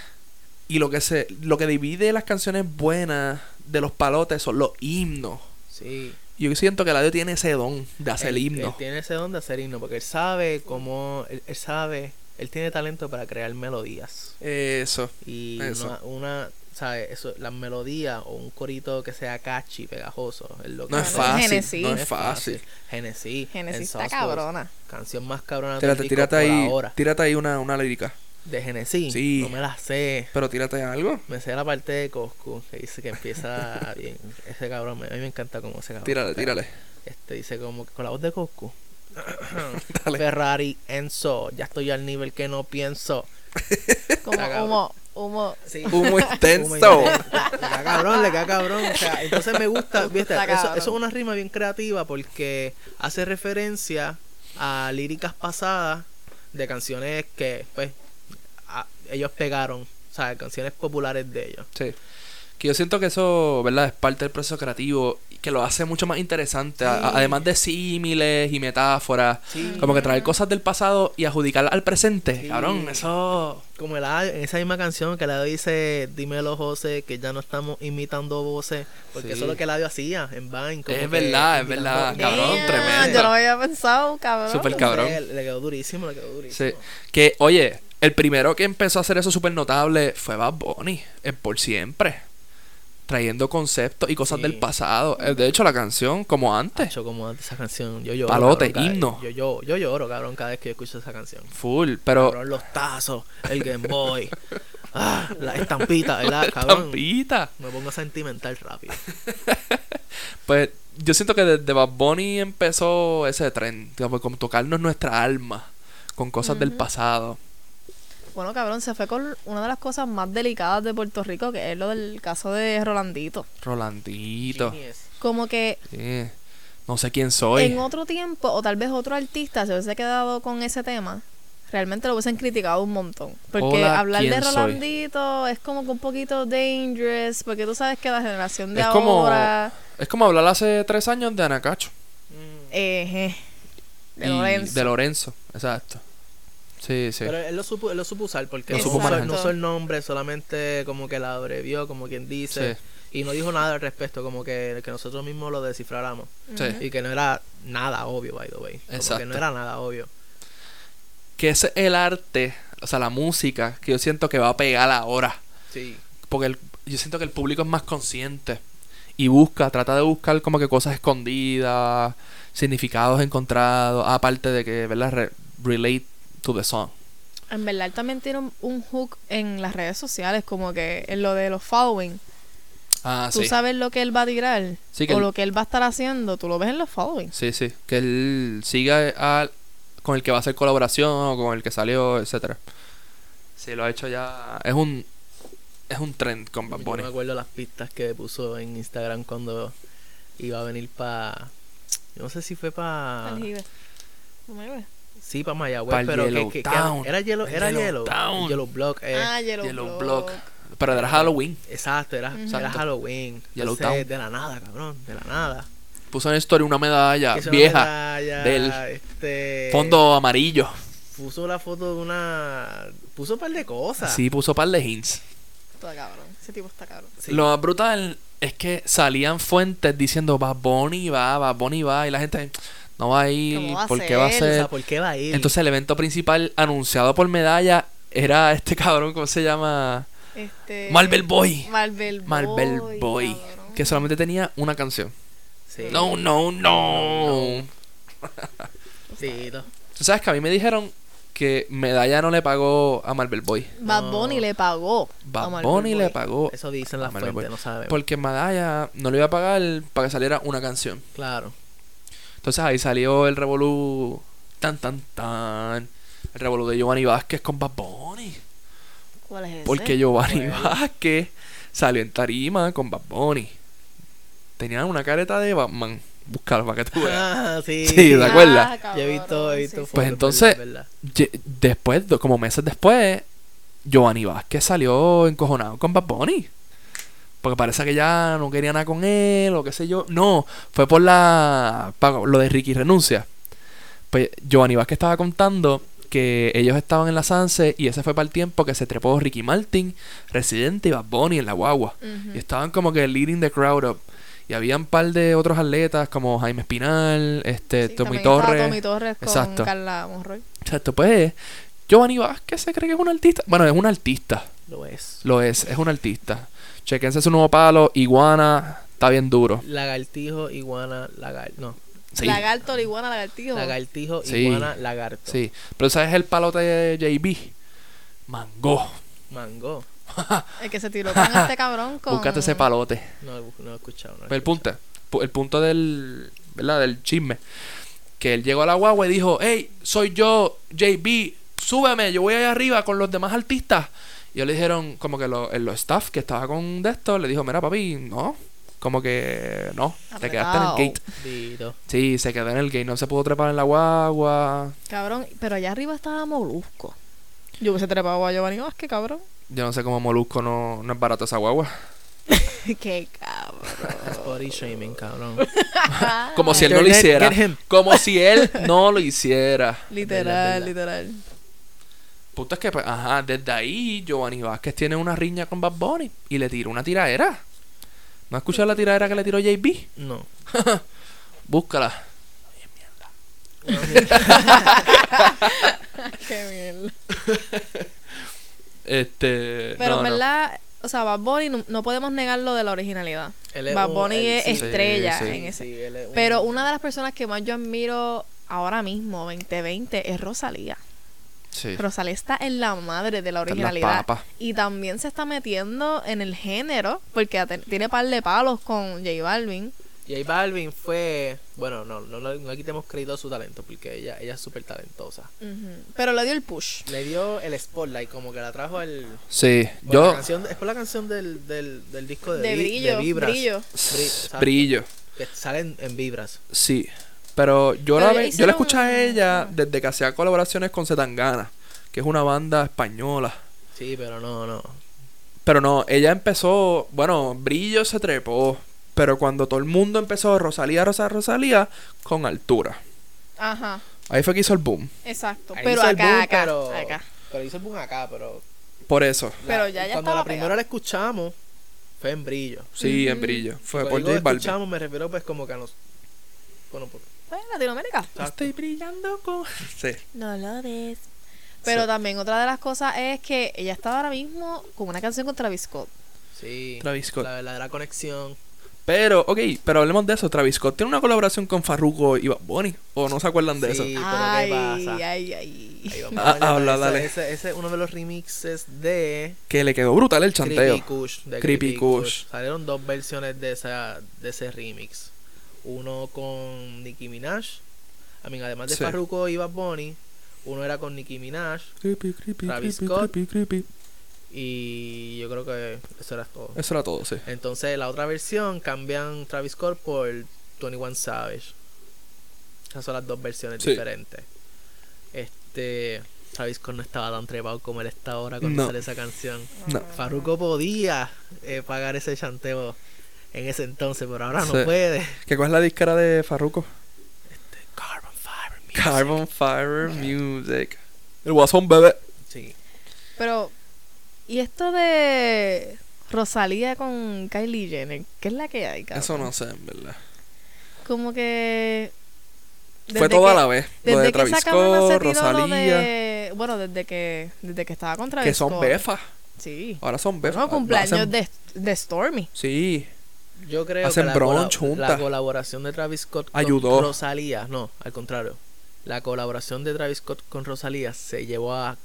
y lo que, se, lo que divide las canciones buenas de los palotes son los himnos. Sí, Yo siento que Eladio tiene ese don de hacer él, himnos. él tiene ese don de hacer himno porque él sabe cómo. Él, él sabe. Él tiene talento para crear melodías. Eso. Y Eso. una. una ¿sabes? Eso, las melodías o un corito que sea catchy, pegajoso. Es lo que No es Claro, fácil. Genesis. No es fácil. Genesis. en Genesis está Sauce Box, cabrona. Canción más cabrona del Tírate, disco tírate por ahí, ahora. tírate ahí una, una lírica. De Genesis. Sí. No me la sé. Pero tírate algo. Me sé la parte de Coscu que dice que empieza bien. Ese cabrón, me- a mí me encanta cómo ese cabrón. Tírale, Pero, tírale. Este dice como que con la voz de Coscu. Dale. Ferrari, Enzo, ya estoy al nivel que no pienso. Como cabrón. humo, humo. Sí. Humo Oh intenso. my God. Le cae cabrón, le cae cabrón. O sea, entonces me gusta, ¿viste? Está Eso, cabrón. eso es una rima bien creativa porque hace referencia a líricas pasadas de canciones que, pues, a- ellos pegaron. O sea, canciones populares de ellos. Sí. Que yo siento que eso, ¿verdad? Es parte del proceso creativo y que lo hace mucho más interesante. A- a- además de símiles y metáforas. Sí. Como que traer cosas del pasado y adjudicarlas al presente. Sí. Cabrón, eso. Como el, en esa misma canción que la dice, dímelo José, que ya no estamos imitando voces, porque Sí. eso es lo que Eladio hacía ah, en Vine. como Es que verdad, es imitando- verdad, Cabrón, Damn, tremendo. Yo no había pensado, cabrón. Súper Entonces, cabrón. Le quedó durísimo, le quedó durísimo. Sí. Que, oye, el primero que empezó a hacer eso súper notable fue Bad Bunny, en Por Siempre. Trayendo conceptos y cosas Sí. del pasado. Eh, De hecho, la canción, como antes, Yo como esa canción, yo lloro. cabrón, Palote, cada- himno. Yo, yo, yo lloro, cabrón, cada vez que yo escucho esa canción. full. Pero, Cabrón, los tazos, el Game Boy, ah, la estampita, ¿verdad, Ah, cabrón? estampita. Me pongo sentimental rápido. Pues, yo siento que desde Bad Bunny empezó ese tren. Como, como tocarnos nuestra alma con cosas del pasado. Bueno, cabrón, se fue con una de las cosas más delicadas de Puerto Rico, que es lo del caso de Rolandito. Rolandito. Genius. Como que Sí. No sé quién soy. en otro tiempo, o tal vez otro artista se hubiese quedado con ese tema, realmente lo hubiesen criticado un montón. Porque Hola, hablar de ¿quién soy? Rolandito es como que un poquito dangerous, porque tú sabes que la generación de Es como- ahora. Es como hablar hace tres años de Anacacho. Mm. eh, je, de y Lorenzo. De Lorenzo, exacto. Sí, sí. Pero él lo supo, él lo supo usar porque Lo no supo usó- manejar. no usó el nombre, solamente como que la abrevió, como quien dice. Sí. Y no dijo nada al respecto, como que, que nosotros mismos lo descifráramos. Sí. Y que no era nada obvio, by the way. Como Exacto. que no era nada obvio. que es el arte, o sea, la música, que yo siento que va a pegar ahora. Sí. Porque el- yo siento que el público es más consciente y busca, trata de buscar como que cosas escondidas, significados encontrados, aparte de que, ¿verdad? Re- relate to the song. En verdad él también tiene un, un hook en las redes sociales, como que en lo de los following. Ah, tú sí. sabes lo que él va a tirar Sí, que o él- lo que él va a estar haciendo, tú lo ves en los followings. Sí, sí. Que él siga a- con el que va a hacer colaboración o con el que salió, etcétera. Sí, lo ha hecho ya. Es un. Es un trend con Bad Yo Bunny. me acuerdo las pistas que puso en Instagram cuando iba a venir para. No sé si fue Ah. para. Al jibe. No me ve. Sí, para Mayagüez, Pa'l pero que, que- que- Yellowtown. era Yellow, era Yellow, Yellowtown. Yellow Block, eh. ah, Yellow, Yellow Block. Block. Pero era Halloween. exacto, era, Exacto. era Halloween, Yellowtown. Entonces, de la nada, cabrón, de la nada, Puso en historia una medalla Hizo una vieja. medalla, del este, Fondo amarillo. puso la foto de una, puso un par de cosas, Sí, puso par de hints. Está cabrón. Ese tipo está cabrón. Sí. Lo más brutal es que salían fuentes diciendo Bad Bunny va, Bad Bunny va. Y la gente no va a ir ¿Cómo va a porque va a ser? o ser. sea, ¿por qué va a ir? Entonces el evento principal anunciado por medalla era este cabrón, ¿cómo se llama? Este Marvel Boy. Marvel Boy. Marvel Boy. cabrón. Que solamente tenía una canción. sí, No, no, no. sí, no. Tú sabes que a mí me dijeron que medalla no le pagó a Marvel Boy. Bad No. Bunny le pagó. a Bad Marvel Bunny le Boy. pagó eso dicen Ah, las me lo voy. fuentes, no sabemos, Porque Madaya no le iba a pagar para que saliera una canción. claro, Entonces ahí salió el revolú. Tan, tan, tan. El revolú de Giovanni Vázquez con Bad Bunny. ¿Cuál es ese? Porque Giovanni Bueno. Vázquez salió en tarima con Bad Bunny. Tenían una careta de Batman. Búscalo para que tú veas. ah, sí, Sí, ¿te yo acuerdas? he visto, he visto Ah, cabrón, sí. fotos, Pues ¿verdad? entonces- ¿verdad? Ye- Después, do- como meses después, Giovanni Vázquez salió encojonado con Bad Bunny. Porque parece que ya no quería nada con él o qué sé yo. No, fue por la pa- lo de Ricky renuncia. Pues Giovanni Vázquez estaba contando que ellos estaban en la Sanse y ese fue para el tiempo que se trepó Ricky Martin, Residente y Bad Bunny en la guagua. Ujú. este Y estaban como que leading the crowd up. Y Y había un par de otros atletas como Jaime Espinal, este, Sí, Tommy también estaba Torres. Tommy Torres con Exacto. Carla Monroy. Exacto, pues Giovanni Vázquez se cree que es un artista. Bueno, es un artista. Lo es. Lo es, es un artista. Chequense su nuevo palo, Iguana, está bien duro. Lagartijo, iguana, lagar... No. Sí. Lagarto, la iguana, lagartijo. Lagartijo, Sí. iguana, lagarto. Sí. Pero ¿sabes el palote de JB? Mango. Mango. El que se tiró con este cabrón con... Búscate ese palote. No, lo- no lo he escuchado. No lo he Pero el punto, pu- el punto del, ¿verdad? Del chisme. Que él llegó a la guagua y dijo, hey, soy yo, JB, súbeme, yo voy allá arriba con los demás artistas. Y ellos le dijeron, como que lo- en los staff que estaba con de esto, le dijo, mira papi, no, como que no, te quedaste en el Apretado. gate. escuchado. Sí, se quedó en el gate, no se pudo trepar en la guagua. Cabrón, pero allá arriba estaba Molusco. Yo hubiese trepado a Giovanni Vázquez, cabrón. Yo no sé cómo Molusco no, no es barato esa guagua. Qué cabrón. That's body shaming, cabrón. Como si él no Get lo him, hiciera. get him. Como si él no lo hiciera. literal, Verdad, verdad. literal. Puta es que, pues, ajá, desde ahí Giovanni Vázquez tiene una riña con Bad Bunny y le tiró una tiradera. ¿No has escuchado la tiradera que le tiró JB? No. Búscala. Qué mierda. Este. Pero no, en no. verdad, o sea, Bad Bunny no, no podemos negar lo de la originalidad. Él es Bad un- Bunny oh, él- es sí, estrella sí, en ese. sí, él es un- Pero una de las personas que más yo admiro ahora mismo, 2020, es Rosalía. Sí. Rosalía está en la madre de la Está en las originalidad. papas. Y también se está metiendo en el género, porque ha ten- tiene par de palos con J Balvin. J Balvin fue. Bueno, no, no, no, no le quitemos crédito a su talento porque ella, ella es súper talentosa. Ujú. Pero le dio el push. Le dio el spotlight, como que la trajo el. Sí, por la yo. canción- es por la canción del, del, del disco de, De Vi- brillo, de Vibras. brillo. Bri- exacto. Brillo. Que salen en Vibras. Sí. Pero yo la Pero ve- yo la hicieron- escuché a ella desde que hacía colaboraciones con Zetangana, que es una banda española. Sí, pero no, no. Pero no, ella empezó, bueno, Brillo se trepó, pero cuando todo el mundo empezó Rosalía, Rosalía, Rosalía, con altura. Ajá, Ahí fue que hizo el boom. exacto. Ahí Pero hizo el acá, boom, acá, pero, acá. Pero hizo el boom acá, pero. Por eso. la- Pero ya- ya Cuando estaba la primera pegada. la escuchamos, fue en Brillo. Sí, en Brillo. Fue Cuando Pues por digo J Balvin. escuchamos, me refiero pues como que a los. Bueno, por- Pues Latinoamérica. Estoy brillando con... Sí. No lo ves. Pero Sí. también otra de las cosas es que ella está ahora mismo con una canción con Travis Scott. Sí. Travis Scott. La verdadera conexión. Pero, ok, pero hablemos de eso. Travis Scott tiene una colaboración con Farruko y Bad Bunny. ¿O no se acuerdan de Sí, eso? pero ay, ¿qué pasa? ay, ay. Ahí Ah, a habla, ese- dale. Ese, ese es uno de los remixes de Que le quedó brutal el Creepy chanteo. Kush. de Creepy Kush. Salieron dos versiones de, esa, de ese remix. Uno con Nicki Minaj. I mean, además de Sí. Farruko y Bad Bunny, uno era con Nicki Minaj. Creepy, creepy, Travis creepy, Scott. creepy, creepy. Y yo creo que eso era todo. Eso era todo, sí. Entonces, la otra versión cambian Travis Scott por 21 Savage. Esas son las dos versiones Sí. diferentes. Este. Travis Scott no estaba tan trepado como él está ahora cuando No. sale esa canción. No. Farruko podía eh, pagar ese chanteo en ese entonces, pero ahora no Sí. puede. Este, ¿Qué cuál es la discara de Farruko? Carbon Fiber Music. Carbon Fire Music. El guasón bebé. Sí. Pero, ¿y esto de Rosalía con Kylie Jenner? ¿Qué es la que hay, cabrón? Eso no sé, en verdad. Como que... Fue desde todo a que- la vez. Lo Desde de que Travis esa cabrona se Scott, tiró lo Rosalía. de... Bueno, desde que, desde que estaba con Travis Que son Scott. befas. Sí. Ahora son befas. No, cumpleaños Hacen- de, de Stormy. Sí, Yo creo Hacen que la, brunch colab- juntas. la colaboración de Travis Scott con Ayudó. Rosalía, no, al contrario. La colaboración de Travis Scott con Rosalía se llevó a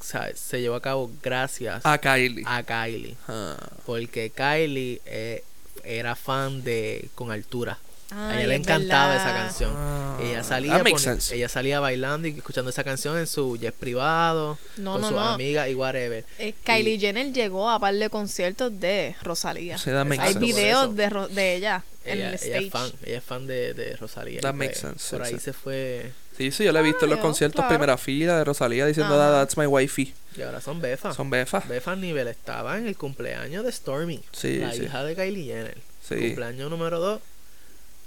o sea, se llevó a cabo gracias a Kylie. a Kylie, Ah. porque Kylie eh, era fan de con altura. Ay, a ella le es encantaba verdad. esa canción. Ah. Ella salía, That makes poni- sense. ella salía bailando y escuchando esa canción en su jet privado, No, con no, sus no. amigas y whatever. Eh, Kylie Jenner llegó a par de conciertos de Rosalía. Sí, that makes Hay Exacto, video. sense. por videos eso. de, Ro- de ella, en Ella, el ella stage. es fan, ella es fan de, de Rosalía. That y makes pues, sense, Por sí, ahí sí. se fue Sí, sí, yo la he visto en los Claro, conciertos claro. primera fila de Rosalía diciendo Ajá. That's my wifey. y ahora son befas. Son befas. Befan Nivel estaba en el cumpleaños de Stormy, Sí, la sí. hija de Kylie Jenner. Sí. Cumpleaños número 2.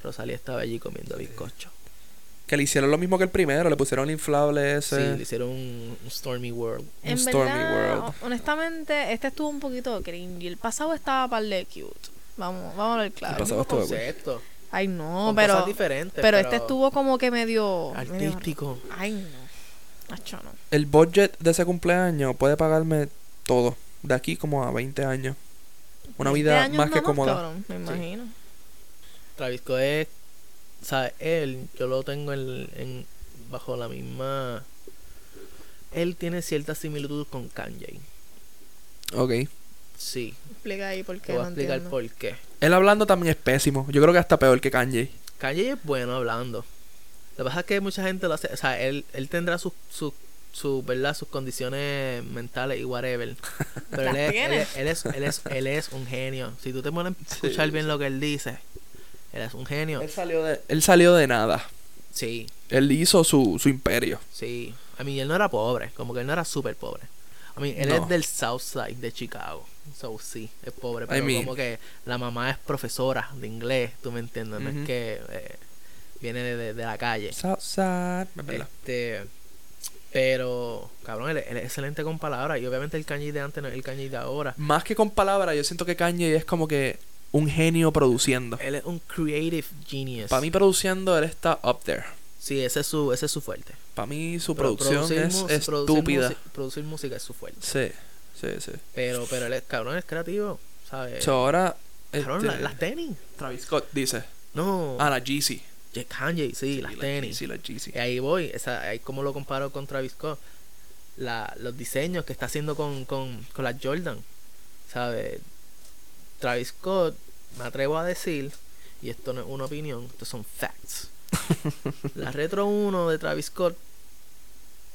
Rosalía estaba allí comiendo bizcocho. Que le hicieron lo mismo que el primero, le pusieron el inflable Sí, ese. le hicieron un, un Stormy World. Un En Stormy verdad, World. honestamente, este estuvo un poquito cringy. El pasado estaba par de cute. Vamos, vamos a hablar claro. pasaba todo, güey. concepto. Ay, no, son pero, cosas diferentes, pero. este estuvo como que medio. medio- Artístico. Ay, no. Acho, no. El budget de ese cumpleaños puede pagarme todo. De aquí como a 20 años. Una 20 vida años más que nomás, cómoda. cabrón, me imagino. Travis Scott es, ¿sabes? Él, yo lo tengo en, en- bajo la misma... Él tiene cierta similitud con Kanye. Ok. Sí, Explica ahí por te qué voy a no explicar entiendo. por qué. Él hablando también es pésimo. Yo creo que hasta peor que Kanye. Kanye es bueno hablando. Lo que pasa es que mucha gente lo hace... O sea, él, él tendrá sus... sus su, ¿verdad? sus condiciones mentales y whatever. Pero él Las es, él, tiene. es- él es, él, es, él es un genio. Si tú te pones a Sí, escuchar bien lo que él dice, él es un genio. Él salió de... Él salió de nada. Sí, Él hizo su, su imperio. Sí, a mí él no era pobre, como que él no era súper pobre. A mí él No. es del South Side de Chicago. So, sí, es pobre, pero mean- como que la mamá es profesora de inglés, tú me entiendes, no Ujú. es que eh, viene de, de- de la calle. Southside. Es verdad. Este, pero, cabrón, él, él es excelente con palabras y obviamente el Kanye de antes no es el Kanye de ahora. Más que con palabras, yo siento que Kanye es como que un genio produciendo. Él es un creative genius. Para mí produciendo, él está up there. Sí, ese es su, ese es su fuerte. Para mí su Pro- producción producir es mu- producir estúpida. musi- producir música es su fuerte. Sí, sí, sí. Pero, pero él es, cabrón, es creativo, ¿sabes? So, ahora... Eh, Cabrón, la- este, las tenis. Travis Scott dice. No. Ah, la Jeezy. Ye- Kanye, sí, las tenis. Eh, Sí, la Jeezy. Y ahí voy. Esa, ahí como lo comparo con Travis Scott. La, los diseños que está haciendo con, con, con las Jordan. ¿Sabes? Travis Scott, me atrevo a decir, y esto no es una opinión, estos son facts. la Retro 1 de Travis Scott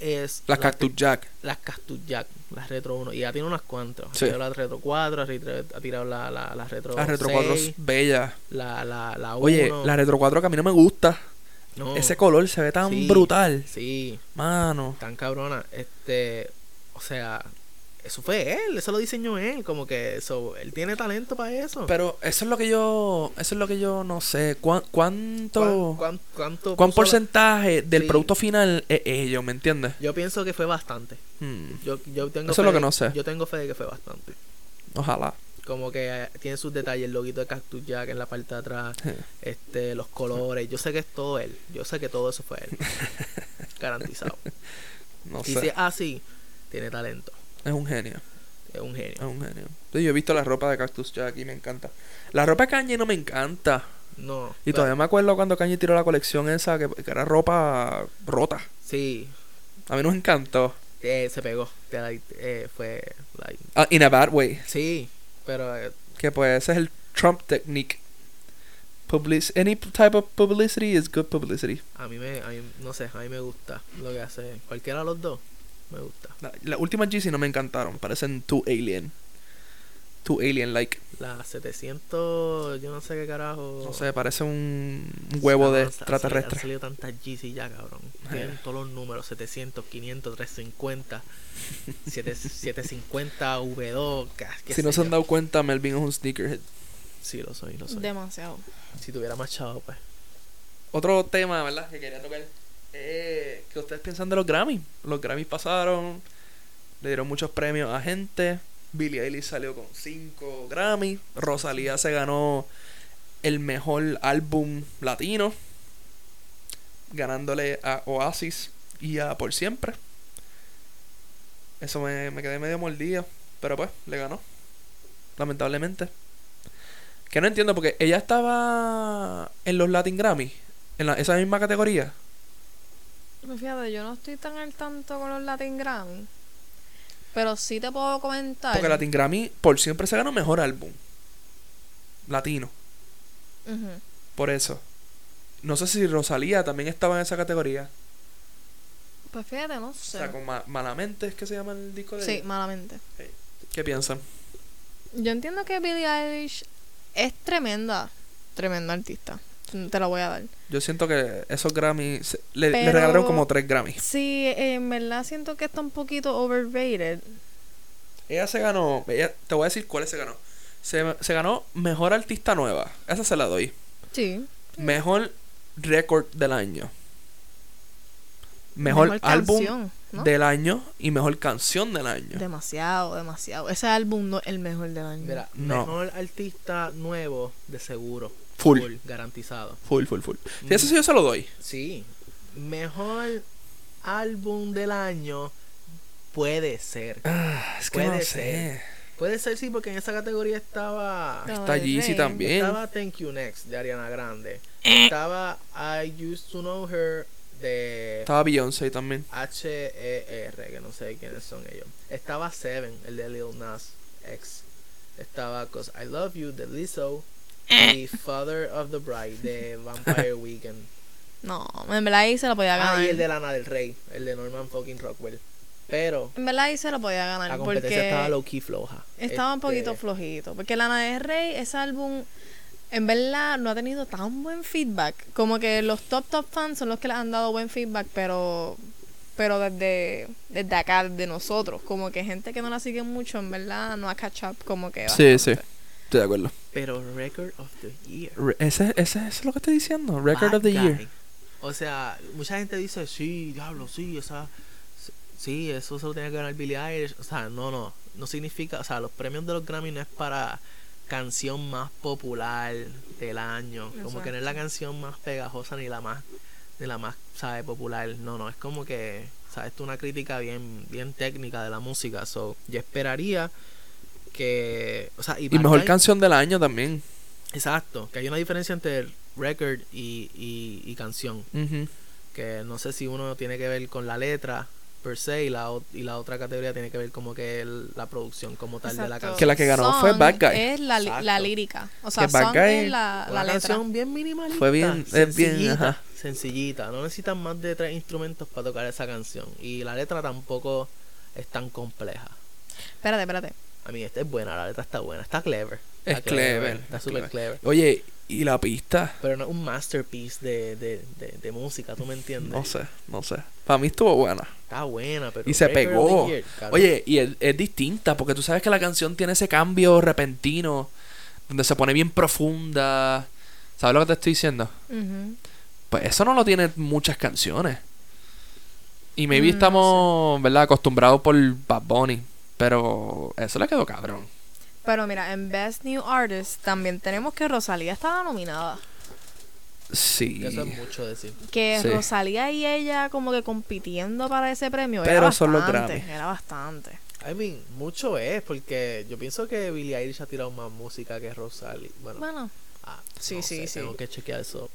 es... Las la- Cactus Jack. las Cactus Jack, las Retro 1. Y ya tiene unas cuantas. Sí. Ha tirado la Retro 4, ha tir- ha tirado la, la, la Retro Las Retro 4 6, bella. la, la, la 1. Oye, la Retro 4 que a mí no me gusta. No. Ese color se ve tan Sí. brutal. Sí, Mano. tan cabrona. Este, o sea, eso fue él, eso lo diseñó él, como que eso, él tiene talento para eso. Pero eso es lo que yo... Eso es lo que yo no sé. ¿Cuán- ¿Cuánto... ¿Cuán, cuán- cuánto puso ¿Cuán la- porcentaje del Sí. producto final es ellos, me entiendes? Yo pienso que fue bastante. Hmm, Yo, yo tengo Eso es fe lo que de- no sé. Yo tengo fe de que fue bastante. ojalá. Como que eh, tiene sus detalles, el loguito de Cactus Jack en la parte de atrás, Sí. este, los colores. Yo sé que es todo él. Yo sé que todo eso fue él. Garantizado. No y sé. si es así, tiene talento. Es un genio. Es un Es genio. un genio. Sí, yo he visto la ropa de Cactus Jack y me encanta. La ropa de Kanye no me encanta. No. Y pero- todavía me acuerdo cuando Kanye tiró la colección esa que, que era ropa rota. Sí, A mí nos encantó. Eh, se pegó. Te la- eh, fue. like, Ah, in a bad way. sí, pero eh, Que pues ese es el Trump technique. Public any type of publicity is good publicity. a mí me. A mí, no sé, a mí me gusta lo que hace. Cualquiera de los dos, me gusta. La- Las últimas GC no me encantaron. Parecen too alien. Too alien like. La 700, yo no sé qué carajo. No sé, parece un un huevo de Ah, sa- sal- Han extraterrestre. salido tantas GC ya, cabrón. Tienen todos los números: 700, 500, 350, 7, 750, V2. ca- qué Si no sé se han yo. dado cuenta, Melvin es un sneakerhead. Sí, lo soy, lo soy. Demasiado. Si tuviera más chavo, pues. Otro tema, ¿verdad? Que quería tocar. Eh, ¿Qué ustedes piensan de los Grammys? Los Grammys pasaron, le dieron muchos premios a gente. Billie Eilish salió con cinco Grammys. Rosalía se ganó el mejor álbum latino, ganándole a Oasis y a Por Siempre. Eso me, me quedé medio mordido, pero pues le ganó, lamentablemente. Que no entiendo porque ella estaba en los Latin Grammy, en la- esa misma categoría. Pues Fíjate, yo no estoy tan al tanto con los Latin Grammy. Pero sí te puedo comentar. Porque Latin Grammy por siempre se ganó mejor álbum latino, Ujú. por eso. No sé si Rosalía también estaba en esa categoría. Pues fíjate, no sé. O sea, con Ma- Malamente es que se llama el disco de Sí, ella. malamente. ¿Qué piensan? Yo entiendo que Billie Eilish es tremenda, tremenda artista. Te la voy a dar. Yo siento que esos Grammy se- le, le Pero- regalaron como tres Grammys. Sí, eh, en verdad siento que está un poquito overrated. Ella se ganó, ella- te voy a decir cuáles se ganó. Se, se ganó Mejor Artista Nueva, esa se la doy. Sí. Mejor Récord del Año. mejor, álbum canción, ¿no? del año y mejor canción del año. Demasiado, demasiado. Ese álbum no es el mejor del año. Mira, No. mejor artista nuevo de seguro. Full. Mm. garantizado. Full, full, full. Sí, eso sí yo se lo doy. Sí. Mejor álbum del año puede ser. Ah, es que Puede no ser. sé. Puede ser sí porque en esa categoría estaba No, Está de Yeezy Rey. también. estaba Thank You Next de Ariana Grande. Estaba I Used to Know Her de Estaba Beyoncé también. H-E-R, que no sé quiénes son ellos. Estaba Seven, el de Lil Nas X. Estaba Cause I Love You de Lizzo. Y Father of the Bride de Vampire Weekend. No, en verdad ahí se lo podía ganar. Ah, y el de Lana del Rey, el de Norman fucking Rockwell. Pero En verdad ahí se lo podía ganar. la competencia porque estaba low key floja. estaba un poquito Este, flojito. Porque Lana del Rey, ese álbum, en verdad no ha tenido tan buen feedback. Como que los top, top fans son los que le han dado buen feedback, pero pero desde, desde acá, de nosotros. Como que gente que no la sigue mucho, en verdad no ha catch up. Como que. Sí, bastante. sí. Estoy de acuerdo. Pero Record of the Year. Re- ese, ese, eso es lo que estoy diciendo. Record Bad of the Guy. Year. O sea, mucha gente dice, sí, diablo, sí, esa, sí, eso se lo tenía que ganar Billie Eilish. O sea, no, no, no significa, o sea, los premios de los Grammy no es para canción más popular del año, como que no es la canción más pegajosa ni la más, ni la más, sabe, popular. No, no, es como que, sabes, esto es una crítica bien, bien técnica de la música. So, yo esperaría que, o sea, y, Y Bad mejor Guy- canción del año también. Exacto, que hay una diferencia entre record y, y, y canción, Ujú. que no sé si uno tiene que ver con la letra per se y la, o- y la otra categoría tiene que ver como que el- la producción como tal de la Exacto. canción. Que la que ganó fue Song Bad Guy. Es la, li- la Exacto. lírica. O sea, Que Bad Song Guy- es la, la Una letra. canción bien minimalista. Fue bien- es bien, sencillita, ajá. sencillita. No necesitan más de tres instrumentos para tocar esa canción. Y la letra tampoco es tan compleja. Espérate, espérate. A mí, esta es buena, la letra está buena, está clever. Es Está clever. Está es súper clever. Oye, ¿y la pista? Pero no es un masterpiece de, de, de, de música, ¿tú me entiendes? No sé, no sé. Para mí estuvo buena. Está buena, pero. Y se Record of the pegó. Year, cabrón. Oye, y es, es distinta, porque tú sabes que la canción tiene ese cambio repentino, donde se pone bien profunda. ¿Sabes lo que te estoy diciendo? Ujú. Pues eso no lo tienen muchas canciones. Y maybe Mm, no estamos, ¿verdad? Acostumbrados por Bad Bunny. Pero eso le quedó cabrón. Pero mira, en Best New Artist también tenemos que Rosalía estaba nominada. Sí. Eso es mucho decir. Que Sí. Rosalía y ella como que compitiendo para ese premio. Pero era son los bastante, Grammy. Era bastante. I mean, mucho es, porque yo pienso que Billie Eilish ha tirado más música que Rosalie. Bueno, Bueno, ah, sí, no sí, sé, sí. Tengo que chequear eso.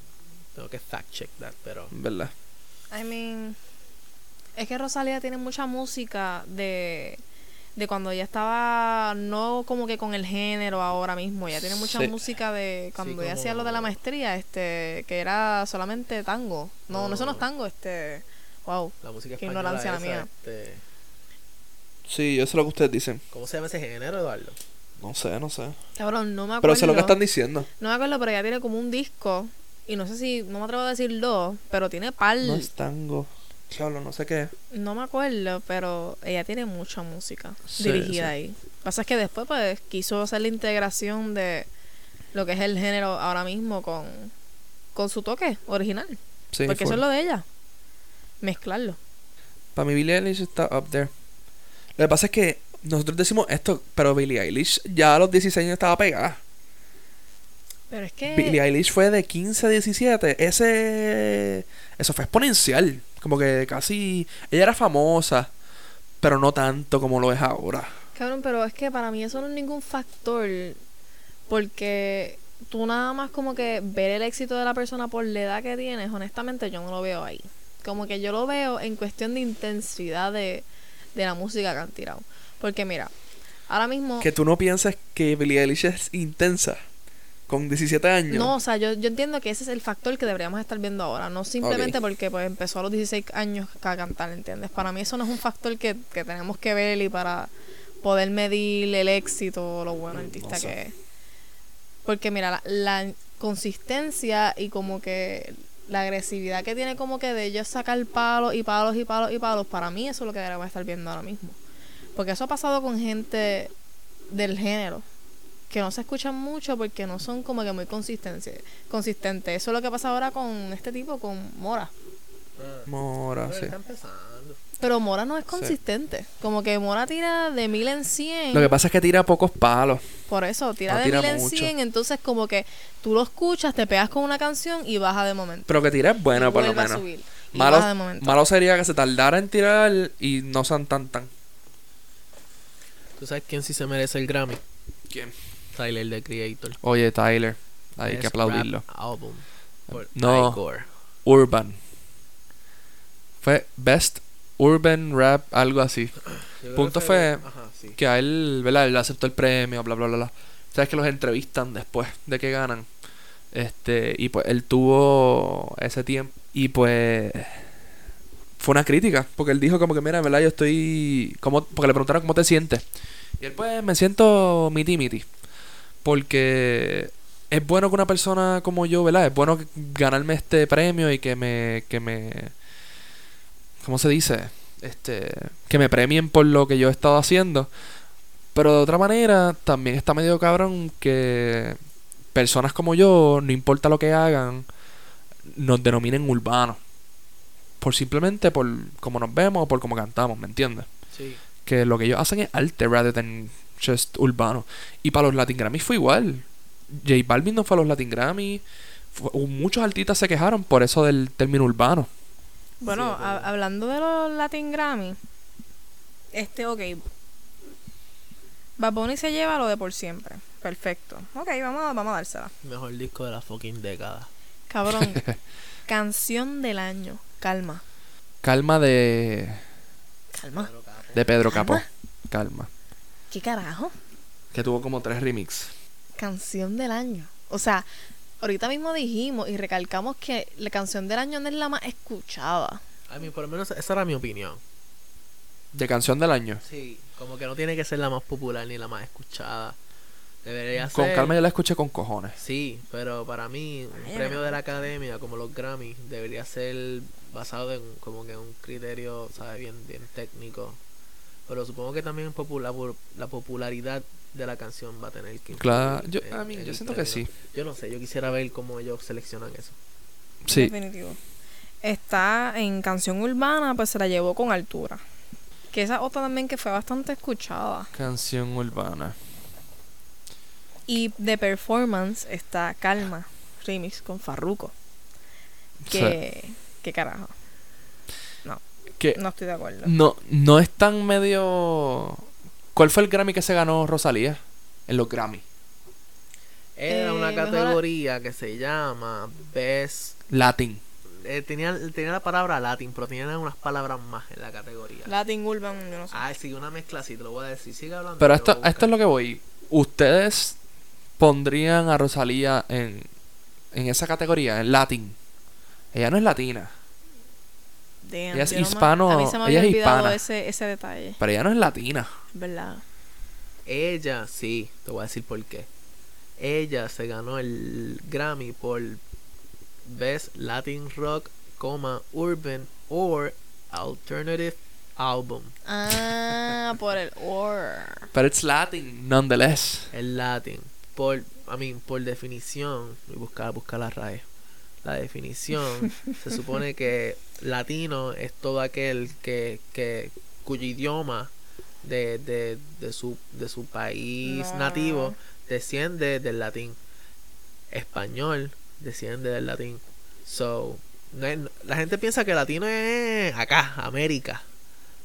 Tengo que fact check that, pero. ¿Verdad? I mean... Es que Rosalía tiene mucha música de... De cuando ella estaba no como que con el género ahora mismo, ella tiene mucha Sí. música de Sí, cuando ella hacía lo de la como- maestría, este, que era solamente tango. No, no, eso no es Oh. No. tango, este, wow. La música Qué española ignorancia la esa, mía. este, Sí, yo sé lo que ustedes dicen. ¿Cómo se llama ese género, Eduardo? No sé, no sé. Cabrón, no me acuerdo. Pero sé lo que están diciendo. No me acuerdo, pero ella tiene como un disco. Y no sé si, no me atrevo a decir dos, pero tiene par. No No, es tango. Diablo, no sé qué. es. me acuerdo, pero ella tiene mucha música Sí, dirigida sí. ahí. Pasa es que después, pues, quiso hacer la integración de lo que es el género ahora mismo con, con su toque original. Sí, porque eso es full. lo de ella. Mezclarlo. Para mí Billie Eilish está up there. Lo que pasa es que nosotros decimos esto, pero Billie Eilish ya a los 16 años estaba pegada. Pero es que. Billie Eilish fue de 15 a 17. Ese... Eso fue exponencial. Como que casi... Ella era famosa, pero no tanto como lo es ahora. Cabrón, pero es que para mí eso no es ningún factor. Porque tú nada más como que ver el éxito de la persona por la edad que tienes, honestamente yo no lo veo ahí. Como que yo lo veo en cuestión de intensidad de, de la música que han tirado. Porque mira, ahora mismo... Que tú no piensas que Billie Eilish es intensa con 17 años. No, o sea, yo, yo entiendo que ese es el factor que deberíamos estar viendo ahora. No simplemente porque pues empezó a los 16 años a cantar, ¿entiendes? Para mí eso no es un factor que, que tenemos que ver y para poder medir el éxito o lo buen Mm, artista no sé. que es. Porque mira, la, la consistencia y como que la agresividad que tiene como que de ellos sacar palos y palos y palos y palos, para mí eso es lo que deberíamos estar viendo ahora mismo. Porque eso ha pasado con gente del género, que no se escuchan mucho porque no son como que muy consistentes. consistentes. Eso es lo que pasa ahora con este tipo, con Mora. Mora, Pero Ah, sí. está empezando. Pero Mora no es consistente. Como que Mora tira de mil en cien. Lo que pasa es que tira pocos palos. Por eso, tira No de Ah, tira mil en mucho. cien. Entonces, como que tú lo escuchas, te pegas con una canción y baja de momento. Pero que tira es buena, Y por lo vuelve a menos. subir, y Malo, baja de momento. malo sería que se tardara en tirar y no sean tan tan. ¿Tú sabes quién sí se merece el Grammy? ¿Quién? Tyler, The Creator. Oye, Tyler. Hay Best que aplaudirlo. Rap Album. Por No. Igor. Urban. Fue Best Urban Rap, algo así. Yo creo Punto que fue- Ajá, sí. Que a él, ¿verdad? Él aceptó el premio, bla, bla, bla, bla. Sabes que los entrevistan después de que ganan. Este, y pues él tuvo ese tiempo. Y pues. Fue una crítica, porque él dijo como que, mira, ¿verdad? Yo estoy. ¿cómo? Porque le preguntaron cómo te sientes. Y él, pues, me siento miti miti. Porque es bueno que una persona como yo, ¿verdad? Es bueno que- ganarme este premio y que me. Que me ¿Cómo se dice? Este, que me premien por lo que yo he estado haciendo. Pero de otra manera, también está medio cabrón que personas como yo, no importa lo que hagan, nos denominen urbanos. Por simplemente por cómo nos vemos o por cómo cantamos, ¿me entiendes? Sí. que lo que ellos hacen es arte rather than just urbano. Y para los Latin Grammys fue igual. J Balvin no fue a los Latin Grammys. Fu- Muchos artistas se quejaron por eso del término urbano. Bueno, Sí, ha- bueno. hablando de los Latin Grammy, este, ok. Bad Bunny se lleva lo de por siempre. Perfecto. Ok, vamos a, vamos a dársela. Mejor disco de la fucking década. Cabrón. canción del año. Calma. Calma de, Calma. de Pedro Calma. Capó. Calma. ¿Qué carajo? Que tuvo como tres remix. Canción del año. O sea, ahorita mismo dijimos y recalcamos que la canción del año no es la más escuchada. A mí, por lo menos, esa era mi opinión. De canción del año. Sí. Como que no tiene que ser la más popular ni la más escuchada. Debería ser. Con calma yo la escuché con cojones. Sí, pero para mí, un Ay, premio no. de la academia, como los Grammy, debería ser basado en como que un criterio, ¿sabes? Bien, bien técnico. Pero supongo que también popu- la, pu- la popularidad de la canción va a tener que. influir Claro, yo, en- a mí, en yo el siento que sí. premio. Yo no sé, yo quisiera ver cómo ellos seleccionan eso. Sí. Definitivo. Está en Canción Urbana, pues se la llevó con altura. Que esa otra también que fue bastante escuchada. Canción urbana. Y de performance está Calma, remix con Farruko. Que, que carajo, Sí. Que Mm. no estoy de acuerdo. no, no es tan medio... ¿Cuál fue el Grammy que se ganó Rosalía? En los Grammy. Era Eh, una mejor- categoría que se llama Best. Latin. eh, tenía, tenía la palabra Latin, pero tenía unas palabras más en la categoría. Latin Urban, yo no sé. Ah, sí, una mezcla así, te lo voy a decir. Sigue hablando. Pero yo a lo esto, voy a a esto es lo que voy. Ustedes pondrían a Rosalía en, en esa categoría, en Latin. Ella no es latina, Damn, ella es yo no me- hispano- A mí se me había ella es olvidado hispana. Ese, ese detalle, pero ella no es latina. ¿verdad? Ella, sí, te voy a decir por qué. Ella se ganó el Grammy por Best Latin Rock, coma, Urban or Alternative Album. Ah, por el or. Pero it's Latin, nonetheless. El Latin, por, I mean, por definición, y buscar, buscar la raíz. La definición se supone que latino es todo aquel que, que cuyo idioma de, de, de su, de su país No. nativo desciende del latín. Español desciende del latín. So, no es- no- la gente piensa que latino es acá, América.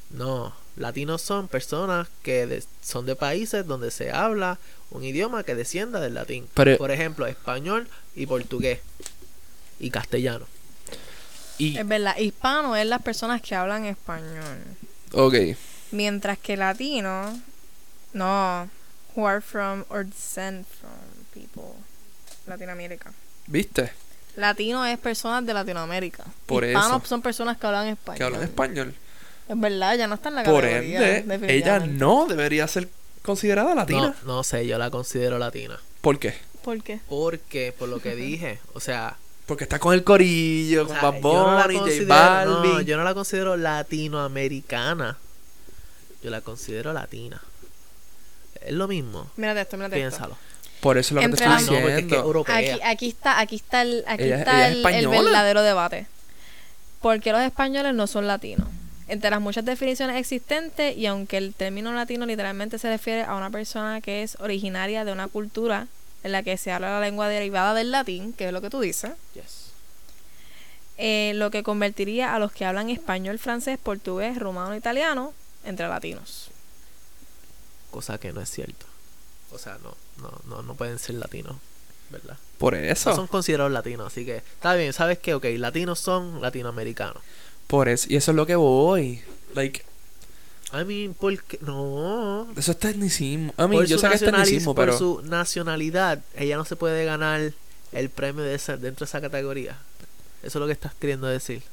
No, latinos son personas que de- son de países donde se habla un idioma que descienda del latín. Pero- Por ejemplo, español y portugués y castellano. Y, Es verdad, hispano es las personas que hablan español. ok, Mientras que latino, no, who are from or descend from people. Latinoamérica. ¿viste? Latino es personas de Latinoamérica. Por Hispanos eso. son personas que hablan español. Que hablan español. Es verdad, ya no está en la Por categoría. ende, ella definitivamente. no debería ser considerada latina. No, no sé, yo la considero latina. ¿Por qué? ¿Por qué? Porque, por lo que dije, o sea, Porque está con el corillo, o con sea, yo Bad no la Bunny, J considero- Balvin. no, yo no la considero latinoamericana. Yo la considero latina. Es lo mismo. Mírate esto, mírate esto. Piénsalo. Ah, Por eso es lo que te Entre estoy las- no, porque es que es diciendo. europea. Aquí, aquí está, aquí está el, aquí Ella- está ella es el, el española. verdadero debate. ¿Por qué los españoles no son latinos? Entre las muchas definiciones existentes, y aunque el término latino literalmente se refiere a una persona que es originaria de una cultura en la que se habla la lengua derivada del latín, que es lo que tú dices, Yes. eh, lo que convertiría a los que hablan español, francés, portugués, rumano, italiano entre latinos. Cosa que no es cierto. O sea, no, no, no, no pueden ser latinos, ¿verdad? Por No eso. son considerados latinos, así que está bien, ¿sabes qué? Ok, latinos son latinoamericanos. Por eso. Y eso es lo que voy. Like, I mean, porque no. eso es tecnicismo. A mí, Por yo su sé que es nacionalis- tecnicismo, por pero. su nacionalidad, ella no se puede ganar el premio de esa, dentro de esa categoría. Eso es lo que estás queriendo decir.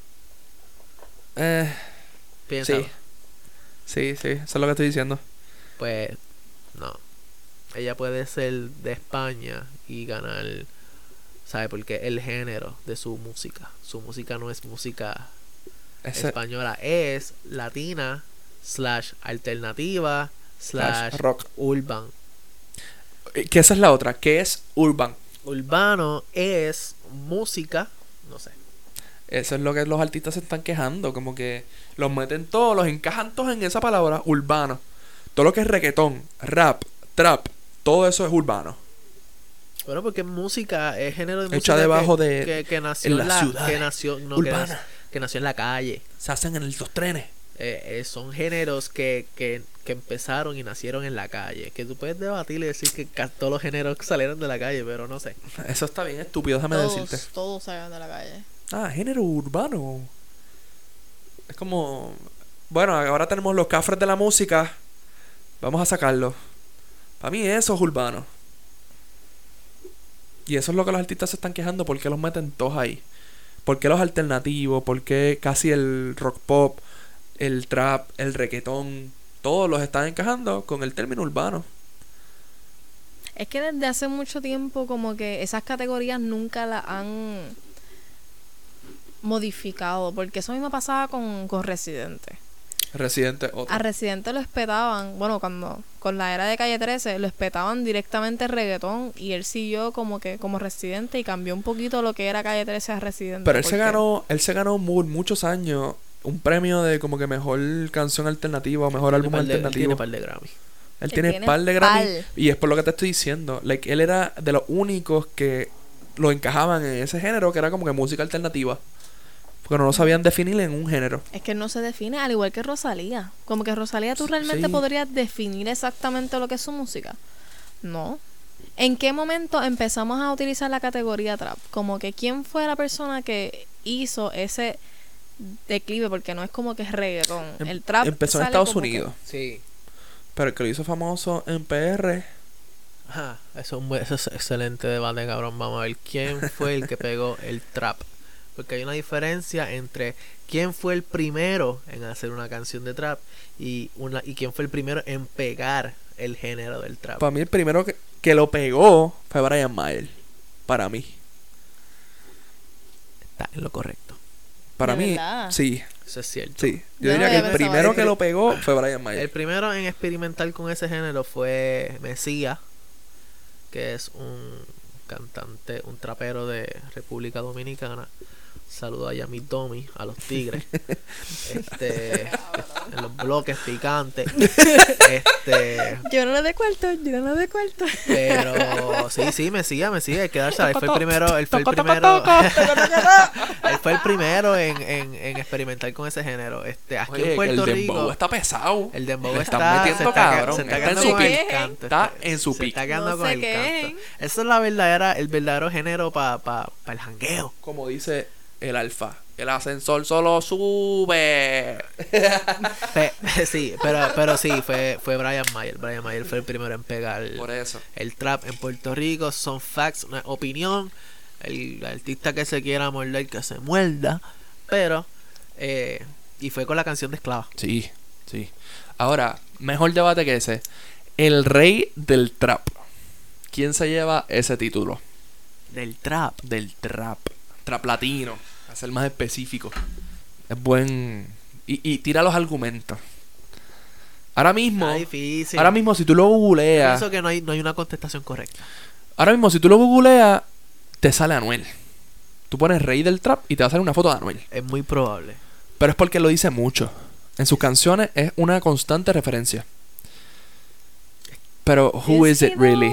Eh, Piensa. sí. Sí, sí. Eso es lo que estoy diciendo. Pues no. Ella puede ser de España y ganar, ¿sabe? Porque el género de su música. Su música no es música Ese- española, es latina, slash alternativa, slash Slash rock. urban. Eh, Que esa es la otra. Que es urban. Urbano es música, no sé. Eso es lo que los artistas se están quejando, como que los meten todos, los encajan todos en esa palabra urbano. Todo lo que es reggaetón, rap, trap, todo eso es urbano. Bueno, porque música es género de Hecha música debajo que, de- que, que nació en en las la, que ciudades nació, no, que, urbanas. nació- que nació en la calle. Se hacen en los trenes. Eh, eh, son géneros que, que, que empezaron y nacieron en la calle. Que tú puedes debatir y decir que ca- todos los géneros salieron de la calle, pero no sé. Eso está bien estúpido, déjame decirte. Todos, todos salgan de la calle. Ah, género urbano. Es como. Bueno, ahora tenemos los cafres de la música. Vamos a sacarlos. Para mí eso es urbano. Y eso es lo que los artistas se están quejando. ¿Por qué los meten todos ahí? ¿Por qué los alternativos? ¿Por qué casi el rock pop, el trap, el reggaetón? Todos los están encajando con el término urbano. Es que desde hace mucho tiempo como que esas categorías nunca las han modificado, porque eso mismo pasaba con, con Residente. Residente otro. A Residente lo espetaban, bueno, cuando con la era de Calle 13, lo espetaban directamente reggaetón y él siguió como que como Residente y cambió un poquito lo que era Calle 13 a Residente. Pero él se porque- ganó, él se ganó mu- muchos años un premio de como que mejor canción alternativa o mejor Tiene álbum par de- él alternativo. tiene par de Grammy. Él Él tiene, tiene par de Grammy pal. y es por lo que te estoy diciendo. Like, él era de los únicos que lo encajaban en ese género que era como que música alternativa. Porque no lo sabían definir en un género. Es que no se define, al igual que Rosalía. Como que Rosalía, tú Sí. realmente podrías definir exactamente lo que es su música. No. ¿En qué momento empezamos a utilizar la categoría trap? Como que quién fue la persona que hizo ese declive, porque no es como que es reggaetón. Em- El trap empezó en sale Estados como que- Unidos, Sí. pero el que lo hizo famoso en PR Ajá, eso, es un buen- eso es excelente debate, cabrón. Vamos a ver quién fue el que pegó el trap. Porque hay una diferencia entre quién fue el primero en hacer una canción de trap y una y quién fue el primero en pegar el género del trap. Para mí el primero que, que lo pegó fue Brian Mayer. Para mí. Está en lo correcto. Para ¿De mí. verdad? Sí, Eso es cierto. sí. Yo no Yo diría que había el pensado primero eso. que lo pegó fue Brian Mayer. El primero en experimentar con ese género fue Mesías, que es un cantante, un trapero de República Dominicana. Saludo a Yami Domi, a los tigres. este, en los bloques picantes. Este, Yo no lo de cuarto, yo no lo de cuarto. pero sí, sí, Mesías, Mesías, hay que darse. Él fue el primero, él fue el primero. él fue el primero en, en- en experimentar con ese género. Este, aquí Oye, en que Puerto el Rico. dembow está pesado. El dembow Le está, están se metiendo está, ca- cabrón. se está Está en quedando su con el pick. canto. Está en su Se está pick. quedando No con se el quejen. canto. Eso es la verdadera, el verdadero género para el jangueo. Como dice el alfa. El ascensor solo sube. Pe- sí, pero, pero sí, fue, fue Brian Mayer. Brian Mayer fue el primero en pegar Por eso. el trap en Puerto Rico. Son facts, una opinión. El artista que se quiera morder, que se muerda. Pero, eh, y fue con la canción de Esclava. Sí, sí. Ahora, mejor debate que ese. El rey del trap. ¿Quién se lleva ese título? Del trap. Del trap. Trap latino. A ser más específico. Es buen. Y, y tira los argumentos. Ahora mismo. Está difícil. Ahora mismo, si tú lo googleas. Pienso que no hay, no hay una contestación correcta. Ahora mismo, si tú lo googleas, te sale Anuel. Tú pones rey del trap y te va a salir una foto de Anuel. Es muy probable. Pero es porque lo dice mucho. En sus canciones es una constante referencia. Pero, who is it really?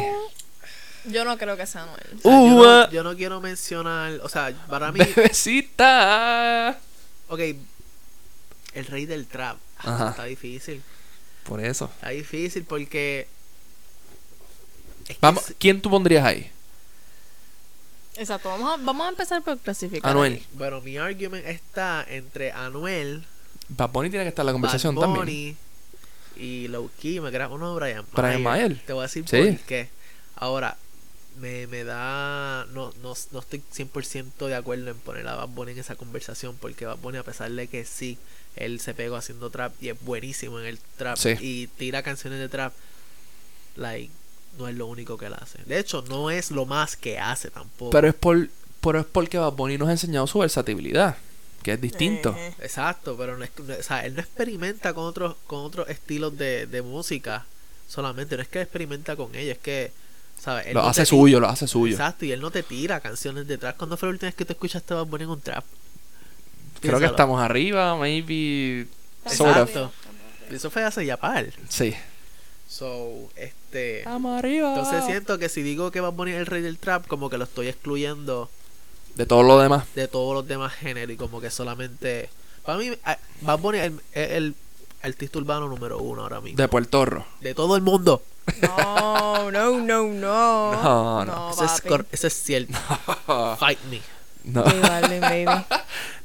Yo no creo que sea Anuel. O sea, yo, Ua. no, yo no quiero mencionar. O sea, para mí. Bebecita. Ok. El rey del trap. Ah, Ajá. Está difícil. Por eso. Está difícil porque. es que Vamos, si- ¿Quién tú pondrías ahí? Exacto, vamos a, vamos a empezar por clasificar. Anuel. Bueno, mi argument está entre Anuel, Bad Bunny tiene que estar en la conversación Bad también. Bunny y Low Key. Me queda uno de Brian Mayer. Brian Mayer. Te voy a decir Sí. por qué. Ahora, me, me da. No, no, no estoy 100% de acuerdo en poner a Bad Bunny en esa conversación. Porque Bad Bunny, a pesar de que sí, él se pegó haciendo trap y es buenísimo en el trap Sí. y tira canciones de trap, like, no es lo único que él hace. De hecho, no es lo más que hace tampoco. Pero es, por, pero es porque Bad Bunny nos ha enseñado su versatilidad, que es distinto. Eh, Exacto, pero no es, no- o sea, él no experimenta con otros con otros estilos de, de música solamente, no es que experimenta con ella, es que sabes, él lo no hace te- suyo, lo hace suyo. eh, Exacto, y él no te tira canciones detrás. ¿Cuándo fue la última vez que tú escuchaste Bad Bunny en un trap? Creo que Piénsalo. estamos arriba, maybe. Sort of. Exacto. Eso fue hace ya par. Sí. So, este Estamos arriba. entonces siento que si digo que Bad Bunny es el rey del trap, como que lo estoy excluyendo De todo lo demás. de todos los demás géneros y como que solamente para mí a- Bad Bunny es el, es el artista urbano número uno ahora mismo. De Puerto Rico. de todo el mundo. No, no, no, no. No, no. Eso pues es, papi. cor- eso es cierto. Fight me. No, J Balvin, baby.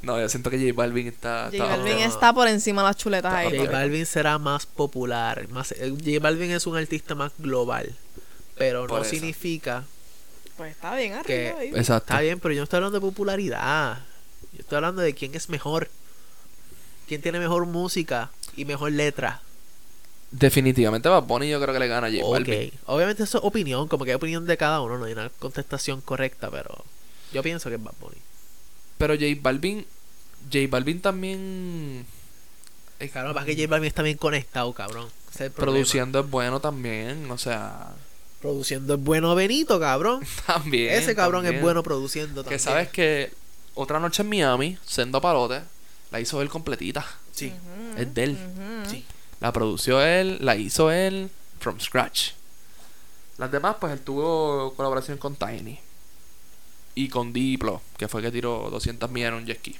no, yo siento que J Balvin está. J está- Balvin no. está por encima de las chuletas No, ahí. J Balvin será más popular. Más, eh, J Balvin es un artista más global. Pero Por no eso. significa. Pues está bien Que- arriba. baby. Exacto. Está bien, pero yo no estoy hablando de popularidad. Yo estoy hablando de quién es mejor. Quién tiene mejor música y mejor letra. Definitivamente Bad Bunny yo creo que le gana a J Ok. Balvin. Obviamente eso es opinión. Como que hay opinión de cada uno. No hay una contestación correcta, pero yo pienso que es Bad Bunny. Pero J Balvin. J Balvin también. es- Claro, para que J Balvin está bien conectado, cabrón. Ese es el problema. Produciendo es bueno también, o sea. Produciendo es bueno Benito, cabrón. También. Ese cabrón es también. bueno produciendo también. Que sabes que otra noche en Miami, Sendo Palote, la hizo él completita. Sí. Ujú, Es de él. ujú. Sí. La produció él, la hizo él, from scratch. Las demás, pues él tuvo colaboración con Tiny. Y con Diplo, que fue el que tiró 200 millas en un jet ski.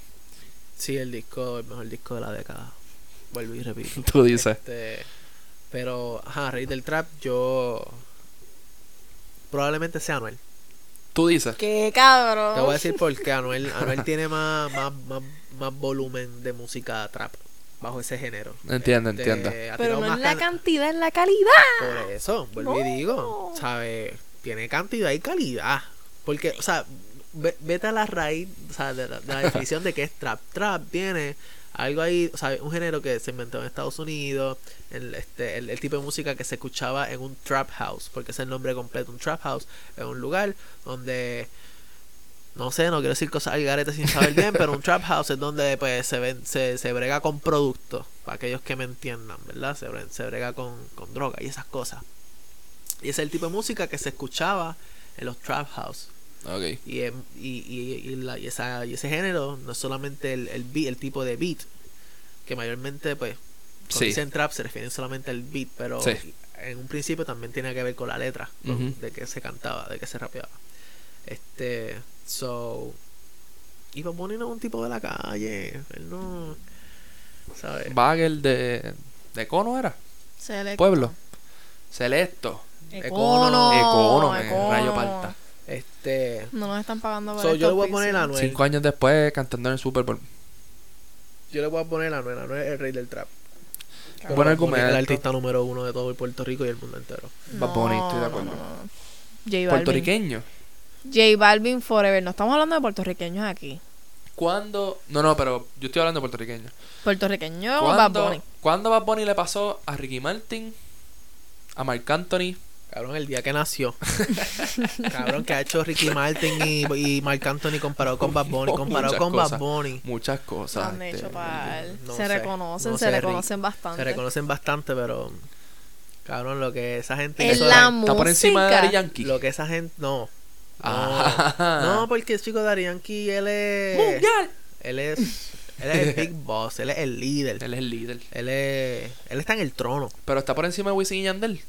Sí, el disco, el mejor disco de la década. Vuelvo y repito. Tú dices. Este, pero, ajá, Rey del Trap, yo. Probablemente sea Anuel. Tú dices. Qué cabrón. Te voy a decir por qué Anuel, Anuel tiene más, más, más, más volumen de música trap bajo ese género. Entiendo, Este, entiendo. ha Pero tirado no más en la can- cantidad, en la calidad. Por eso, vuelvo y digo, ¿sabes? Tiene cantidad y calidad. Porque, o sea, ve- vete a la raíz, o sea, de la, de la definición de qué es trap. Trap tiene algo ahí, o sea, un género que se inventó en Estados Unidos, el, este, el, el tipo de música que se escuchaba en un trap house, porque ese es el nombre completo, un trap house, es un lugar donde... No sé, no quiero decir cosas al garete sin saber bien, pero un trap house es donde pues se ven, se, se brega con productos, para aquellos que me entiendan, ¿verdad? Se, bre- se brega con, con droga y esas cosas. Y ese es el tipo de música que se escuchaba en los trap house. Ok. Y, em- y, y, y la- y esa- y ese género no es solamente el, el, beat- el tipo de beat, que mayormente, pues, cuando Sí. dicen trap se refieren solamente al beat, pero Sí. en un principio también tenía que ver con la letra, con- Ujú. de que se cantaba, de que se rapeaba. Este, so. Y Bad Bunny no es un tipo de la calle, él no. ¿Sabes? Bagel de. ¿De Cono era? Selecto. Pueblo. Celesto. Econo. Econo, man, Econo. eh, Rayo Palta. Este. No nos están pagando por So, yo estos le voy a poner pisos. a Anuel. Cinco años después cantando en el Super Bowl. Yo le voy a poner a Anuel, Anuel es el rey del trap. Buen Bad Bunny argumento. es El artista número uno de todo el Puerto Rico y el mundo entero. Bad Bunny, estoy de acuerdo. no, no, no. J Balvin. Puertorriqueño. J Balvin Forever. No estamos hablando de puertorriqueños aquí. ¿Cuándo? No, no, pero yo estoy hablando de puertorriqueño. Puertorriqueño Bad ¿Cuándo, Bunny. cuándo Bad Bunny le pasó a Ricky Martin, a Marc Anthony? Cabrón, el día que nació. Cabrón, que ha hecho Ricky Martin y, y Marc Anthony comparado con Bad Bunny. Comparado Muchas con Bad cosas. Bunny. Muchas cosas. Han este, hecho pal. no se sé, reconocen, no se sé, reconocen Se bastante. reconocen bastante, pero. Cabrón, lo que esa gente. En hizo- la está por encima de música. Daddy Yankee. Lo que esa gente. No. Ah. No, porque el chico Darianki, él es. Mundial. Él es. Él es el big boss, él es el líder. Él es el líder. Él es. Él está en el trono. Pero está por encima de Wisin y Yandel.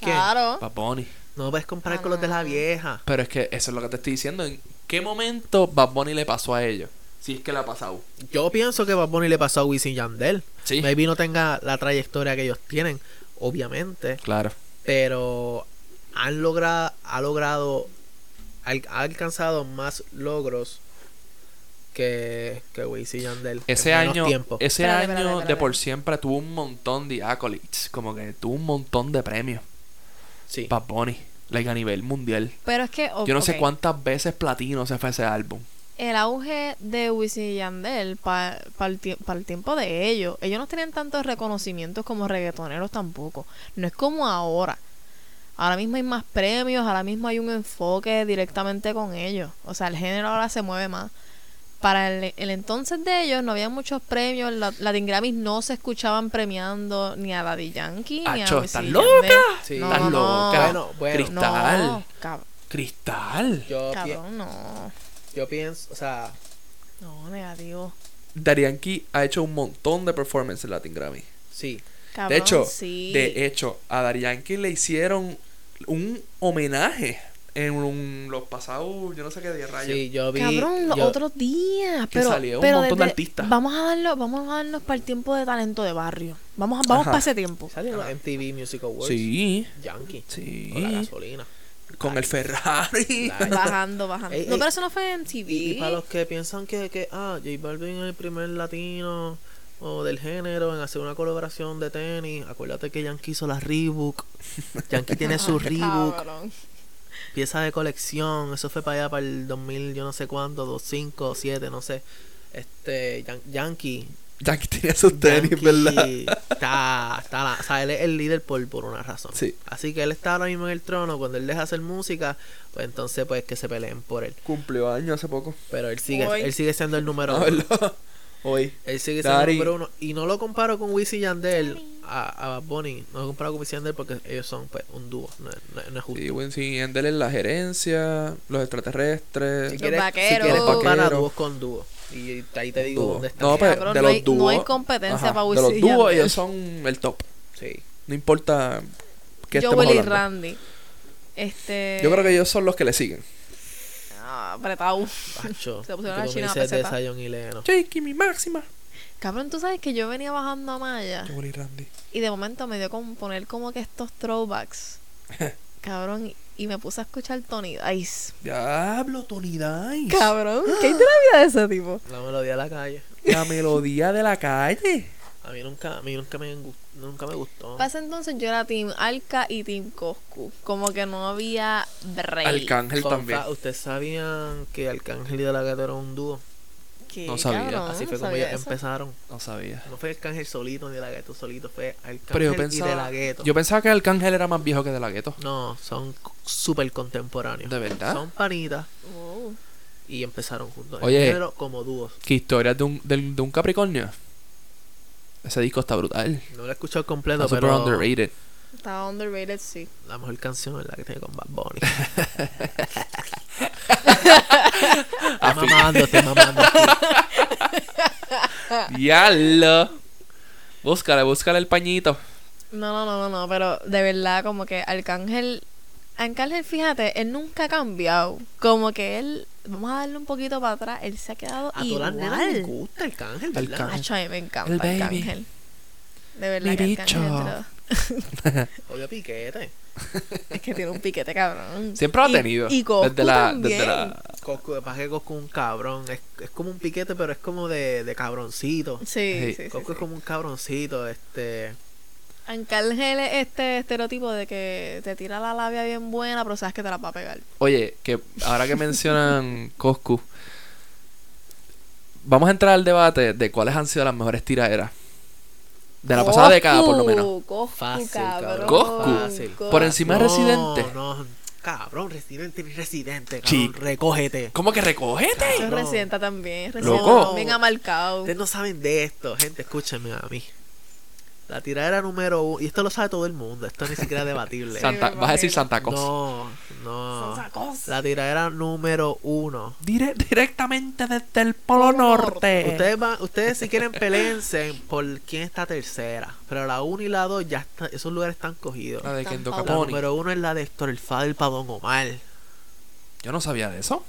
¿Quién? Claro. Bad Bunny. No puedes comparar Ah, con los de la no. vieja. Pero es que eso es lo que te estoy diciendo. ¿En qué momento Bad Bunny le pasó a ellos? Si es que le ha pasado. Yo pienso que Bad Bunny le pasó a Wisin Yandel. Sí. Maybe no tenga la trayectoria que ellos tienen, obviamente. Claro. pero han logrado ha logrado al- ha alcanzado más logros que que Wisin y Yandel Ese en menos año, tiempo. ese Espérate, año espérate, de espérate. por siempre tuvo un montón de accolades. Como que tuvo un montón de premios. sí Bad Bunny. Like a nivel mundial. Pero es que. o- Yo no sé Oh, ok, cuántas veces platino se fue ese álbum. El auge de Wisin y Yandel para el, tiempo de ellos. Ellos no tenían tantos reconocimientos como reggaetoneros tampoco. No es como ahora. Ahora mismo hay más premios, ahora mismo hay un enfoque directamente con ellos. O sea, el género ahora se mueve más. Para el, el entonces de ellos no había muchos premios. La, Latin Grammys no se escuchaban premiando ni a Daddy Yankee ni a Acho, Wisin ¿estás y loca? Yandel. Sí. No, no, Estás loca. Bueno, bueno. Cristal. No, cab- Cristal. yo, pi- cabrón, no. yo pienso o sea No, negativo. Darianki ha hecho un montón de performances en Latin Grammy. sí Cabrón, De hecho, sí. de hecho, a Darianki le hicieron un homenaje en un- los pasados, yo no sé qué de rayos. sí yo vi Cabrón, los yo- otros días. Que Pero, salió un pero montón de desde- artistas. Vamos a darlo, vamos a darnos para el tiempo de talento de barrio. Vamos, a- vamos Ajá. para ese tiempo. salió en los MTV Music Awards Sí, Yankee sí. con la gasolina Con el Ferrari. La- Bajando, bajando. Ey, no, ey. pero eso no fue en Y, y para TV. los que piensan que, que ah, J Balvin es el primer latino o del género en hacer una colaboración de tenis, acuérdate que Yankee hizo la Reebok. Yankee tiene Ah, su Reebok, Cabrón. pieza de colección. Eso fue para allá, para el 2000, yo no sé cuánto, 2005, 7, no sé. Este, Yan- Yankee. Yankee tenía sus tenis, Yankee ¿verdad? Está, está la- o sea, él es el líder por, por una razón. Sí. Así que él está ahora mismo en el trono. Cuando él deja de hacer música, pues entonces pues que se peleen por él. Cumplió año hace poco. Pero él sigue, Hoy. él sigue siendo el número Ah, uno. ¿verdad? Hoy. Él sigue siendo Daddy. número uno. Y no lo comparo con Wisin y Yandel a, a Bad Bunny. No lo comparo con Wisin y Yandel porque ellos son pues, un dúo. No, es- no es- no es justo. Y Wisin y Yandel en la gerencia, los extraterrestres. Si Los quieres, si vaqueros. quieres compara Vaqueros. dúos con dúos. Y ahí te digo Dúo. dónde está. No, pero Cabrón, de no los hay- dúos. no hay competencia Ajá, para De los Wisin y dúos Yandel. ellos son el top. Sí. No importa qué Yo, estemos Willy hablando. Randy. Este. Yo creo que ellos son los que le siguen. Ah, apretado. Pacho. Se pusieron tú la me china dices de peseta. Zion y Leno. Jake, mi máxima. Cabrón, tú sabes que yo venía bajando a Maya. Yo, Willy Randy. Y de momento me dio con poner como que estos throwbacks. Cabrón, y me puse a escuchar Tony Dice. Diablo, Tony Dice. Cabrón, ¿qué hay de la vida de ese tipo? La melodía de la calle. La melodía de la calle. A mí nunca, a mí nunca me, gu- nunca me gustó. Pasa entonces yo era Team Alca y Team Coscu. Como que no había break. Arcángel Fun también. fact, ¿Ustedes sabían que Arcángel y De La Ghetto eran un dúo? ¿Qué, No sabía. cabrón? Así fue Ah, No como sabía ellos eso. empezaron. No sabía. No fue Arcángel solito ni De La Ghetto solito. Fue Pero yo Arcángel y De La pensaba, Ghetto. yo pensaba que Arcángel era más viejo que De La Ghetto. No, son súper contemporáneos. ¿De verdad? Son panitas Wow. y empezaron juntos. Oye. Pero como dúos. ¿Qué historia de un, del- de un Capricornio? Ese disco está brutal. No lo he escuchado completo, Está super pero underrated. Estaba underrated, sí. la mejor canción es la que tiene con Bad Bunny. Ah, Estoy mamando, estoy mamando. Diablo. Búscale, búscale el pañito. No, no, no, no, no, pero de verdad, como que Arcángel. Arcángel, fíjate, él nunca ha cambiado. Como que él. Vamos a darle un poquito para atrás. Él se ha quedado A todas las igual. nenas les gusta el cángel, ¿verdad? Arcángel. Acho, a mí me encanta El baby. Arcángel. De verdad Mi que Arcángel bicho. entró- Obvio piquete. es que tiene un piquete cabrón. Siempre lo ha Y- tenido. Y, Goku desde la, también. desde la. Coscu, de que Coscu es un cabrón. Es, es como un piquete, pero es como de, de cabroncito. Sí, sí, sí. Coscu sí. es como un cabroncito, este... Arcángel es este estereotipo de que te tira la labia bien buena, pero sabes que te la va a pegar. Oye, que ahora que mencionan Coscu, vamos a entrar al debate de cuáles han sido las mejores tiraderas. De la pasada década, por lo menos. Coscu, Fácil, cabrón. cabrón. Coscu. Fácil. Por encima de Residente. No, no, cabrón, residente ni residente, Sí. cabrón, recógete. ¿Cómo que recógete? Eso es Cabrón. Residenta también. Loco. Loco. Bien amarcado. Ustedes no saben de esto, gente, escúchenme a mí. La tiradera número uno. Y esto lo sabe todo el mundo. Esto ni siquiera es debatible. San- Santa, me vas a decir imagino. Santa Cosa. no, no. Esa cosa. La tiradera número uno. Dire- directamente desde el Polo Norte. Ustedes, van, ustedes si quieren peleense por quién está tercera. Pero la 1 y la 2 ya está, esos lugares están cogidos. La de Kendo Tampa. La Caponi. número 1 es la de Héctor el Fadel para Don Omar. Yo no sabía de eso.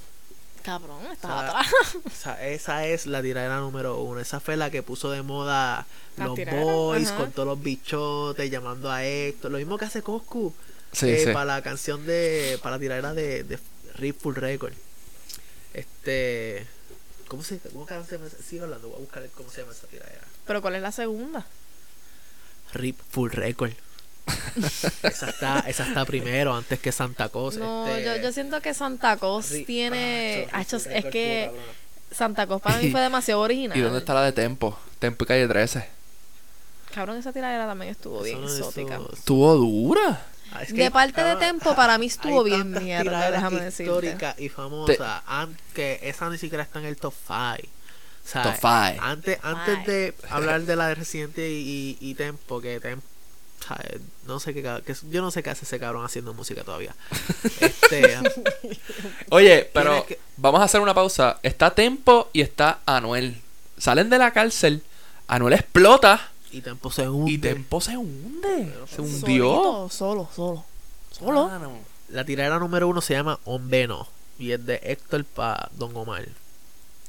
Cabrón, O estaba sea, atrás. O sea, esa es la tiradera número 1. Esa fue la que puso de moda La los tiradera, boys ajá. con todos los bichotes llamando a Héctor. Lo mismo que hace Coscu Sí, eh, sí. para la canción de. para la tiradera de, de Rip Full Record. Este. ¿Cómo se, cómo carajo se llama? esa? Sigo hablando, voy a buscar cómo se llama esa tiradera. Pero ¿cuál es la segunda? Rip Full Record. esa, está, esa está primero, antes que Santa Cosa. No, este, yo, yo siento que Santa Cos Rip- tiene... Ah, Hacho, Rip Full es Record, que estuvo cabrona. Santa Cos para mí fue demasiado original. ¿Y dónde está la de Tempo? Tempo y Calle 13. Cabrón, esa tiradera también estuvo bien Eso no- exótica. eso- Estuvo dura. Ah, es que, De parte de cabrón, Tempo, para mí estuvo hay bien tantas mierda, tiraderas déjame decirte. históricas y famosas, an- que esa ni siquiera está en el top 5. O sea, Top five. Antes, antes Five. de hablar de la de Residente y, y- y Tempo, que Tempo, o sea, no sé qué, ca- que- yo no sé qué hace ese cabrón haciendo música todavía. Este, Oye, pero Tienes que- vamos a hacer una pausa. Está Tempo y está Anuel. Salen de la cárcel. Anuel explota y Tempo se hunde. y Tempo se hunde. Se hundió. Solito, Solo, solo. Ah. Mano. La tiradera número uno se llama Ombeno y es de Héctor para Don Omar.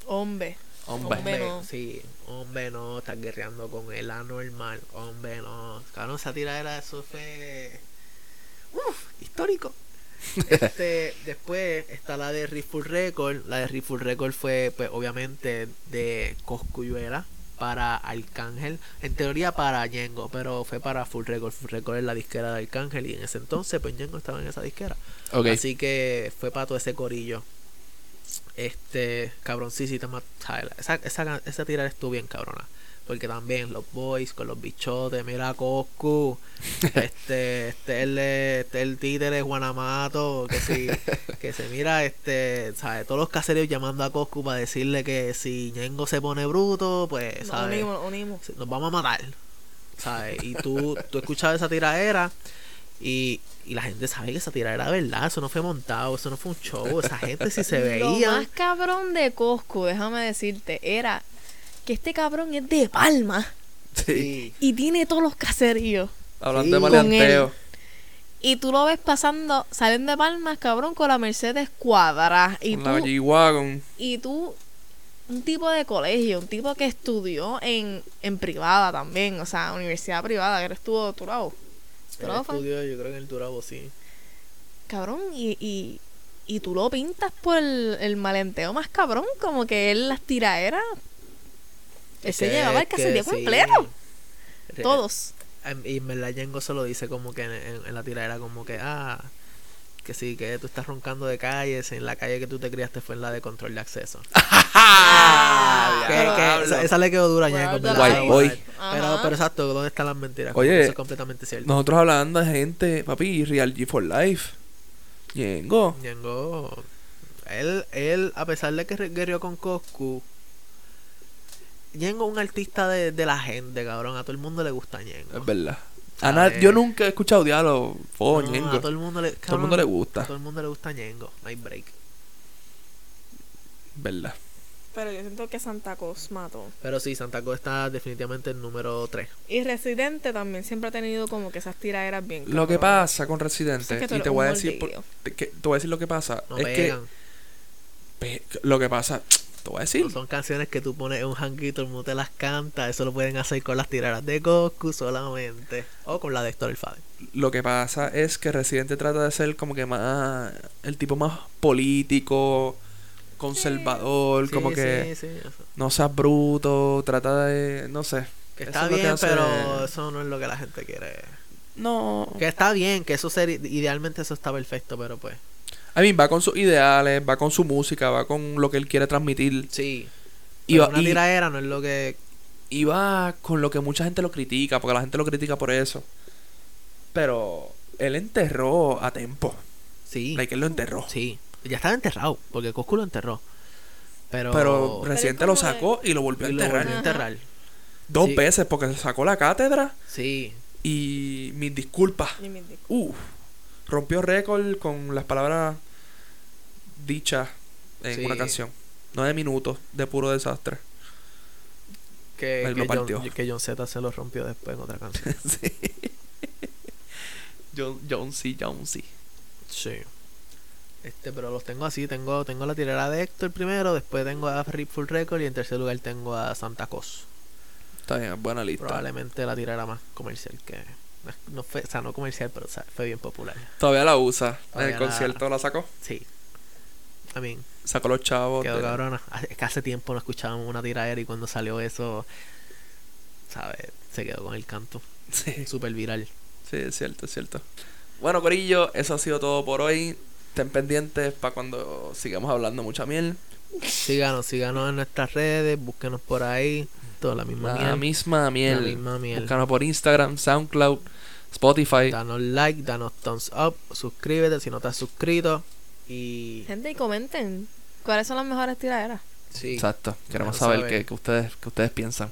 Hombre. Hombre. Hombre. no. Sí, hombre, no, estás guerreando con el anormal, hombre, no. Cabrón, esa tiradera, eso fue. Uf, histórico. Este, después está la de Rifle Record. La de Rifle Record fue, pues, obviamente, de Coscuyuela para Arcángel. En teoría para Yengo, pero fue para Full Record. Full Record es la disquera de Arcángel y en ese entonces, pues, Yengo estaba en esa disquera. Ok. Así que fue para todo ese corillo. Este, cabroncísima. Esa, esa, esa tirada estuvo bien cabrona. Porque también los boys con los bichotes, mira a Coscu, este, este el, este el títere Juanamato, que si, que se mira, este, ¿sabes? Todos los caseros llamando a Coscu para decirle que si Ñengo se pone bruto, pues, Nos ¿sabes? unimos, nos unimos. Sí, nos vamos a matar. ¿Sabes? Y tú, tú escuchabas esa tiradera y, y la gente sabe que esa tiradera era verdad. Eso no fue montado, eso no fue un show. Esa gente si se Lo más veía. cabrón de Cosco, déjame decirte, era que este cabrón es de Palma Sí. Sí. y tiene todos los caseríos. Hablando Sí. de Con maleanteo. Y tú lo ves pasando, salen de Palmas, cabrón, con la Mercedes cuadra. Y Con la tú, G-Wagon. y tú, un tipo de colegio, un tipo que estudió en, en privada también, o sea, universidad privada, que él estuvo de tu lado. El Pero fue- estudio, yo creo que en el Turabo sí. Cabrón, y, y, y tú lo pintas por el, el malenteo más cabrón, como que él las tiraderas. Él se Que- llevaba el que caserío sí. completo. Re- Todos. en- Y en verdad Yengo se lo dice como que en, en- en la tiradera como que, ah, que sí, que tú estás roncando de calles, en la calle que tú te criaste fue en la de control de acceso. Ah, Que- que esa, esa le quedó dura a Ñengo, Guarda en verdad. Guay, Pero- boy. Pero, Ajá. pero exacto, ¿dónde están las mentiras? Oye. Eso es completamente cierto. Nosotros hablando de gente, papi, Real G for Life. Yengo. Ñengo, él, él, a pesar de que re- guerrió con Coscu, Ñengo es un artista de, de la gente, cabrón. A todo el mundo le gusta Ñengo. Es verdad. A A na- ver. yo nunca he escuchado diálogo. Oh, No, Ñengo. a todo el mundo le, Todo el cabrón, mundo le A gusta. todo el mundo le gusta Ñengo. No hay break. Verdad. Pero yo siento que Santa Cos mató. Pero sí, Santa Cruz está definitivamente el número 3. Y Residente también siempre ha tenido como que esas tiraderas bien. Lo que cabronas. pasa con Residente, Es que tú y eres te un voy a decir por- mordido. te, que- te voy a decir lo que pasa. No es pegan. que pe- lo que pasa, te voy a decir. No son canciones que tú pones en un hanguito, el mundo te las canta. Eso lo pueden hacer con las tiraras de Coscu solamente. O con la de Héctor el Fader. Lo que pasa es que Residente trata de ser como que más el tipo más político, conservador, como Sí, que sí, sí, eso. no seas bruto, trata de no sé. Que Eso está es lo que bien, hace- pero eso no es lo que la gente quiere. No. Que está bien, que eso sería, idealmente eso está perfecto, pero pues. A mí va con sus ideales, va con su música, va con lo que él quiere transmitir Sí. y va, una y- tiradera no es lo que. y va con lo que mucha gente lo critica, porque la gente lo critica por eso. Pero él enterró a Tempo. Sí. Like, él lo enterró. Sí. Ya estaba enterrado, porque Coscu lo enterró. Pero. Pero y reciente como lo sacó y lo volvió a lo volvió enterrar. a enterrar. Dos Sí. veces porque se sacó la cátedra Sí, y mis disculpas. Ni me indica. Uf, rompió récord con las palabras dichas en Sí. una canción. Nueve minutos de puro desastre. que, Él que lo partió. John, que John Z se lo rompió después en otra canción. sí. John, John C. John C. sí. Este, pero los tengo así, tengo, tengo la tirera de Héctor primero, después tengo a Ripful Record y en tercer lugar tengo a Santa Cos. Está bien, buena lista. Probablemente la tirera más comercial que... No fue, o sea, no comercial, pero o sea, fue bien popular. Todavía la usa. Todavía en el la- concierto la sacó. Sí. I mean, Sacó los chavos. Quedó de- cabrona. Hace- Es que hace tiempo no escuchábamos una tiradera y cuando salió eso, ¿sabes? Se quedó con el canto. Sí, Súper viral. sí, es cierto, es cierto. Bueno, Corillo, eso ha sido todo por hoy. Estén pendientes para cuando sigamos hablando mucha miel. Síganos, síganos en nuestras redes, búsquenos por ahí. Toda la misma La miel. misma miel. La misma miel. Búscanos por Instagram, SoundCloud, Spotify. Danos like, danos thumbs up, suscríbete si no estás suscrito. Y. Gente, y comenten. ¿Cuáles son las mejores tiraderas? Sí. Exacto. Queremos Déjanos saber saber. qué, qué ustedes, qué ustedes piensan.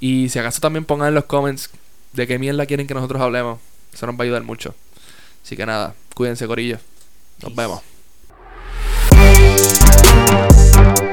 Y si acaso también pongan en los comments de qué mierda quieren que nosotros hablemos. Eso nos va a ayudar mucho. Así que nada, cuídense, Corillo. Nos Peace. vemos.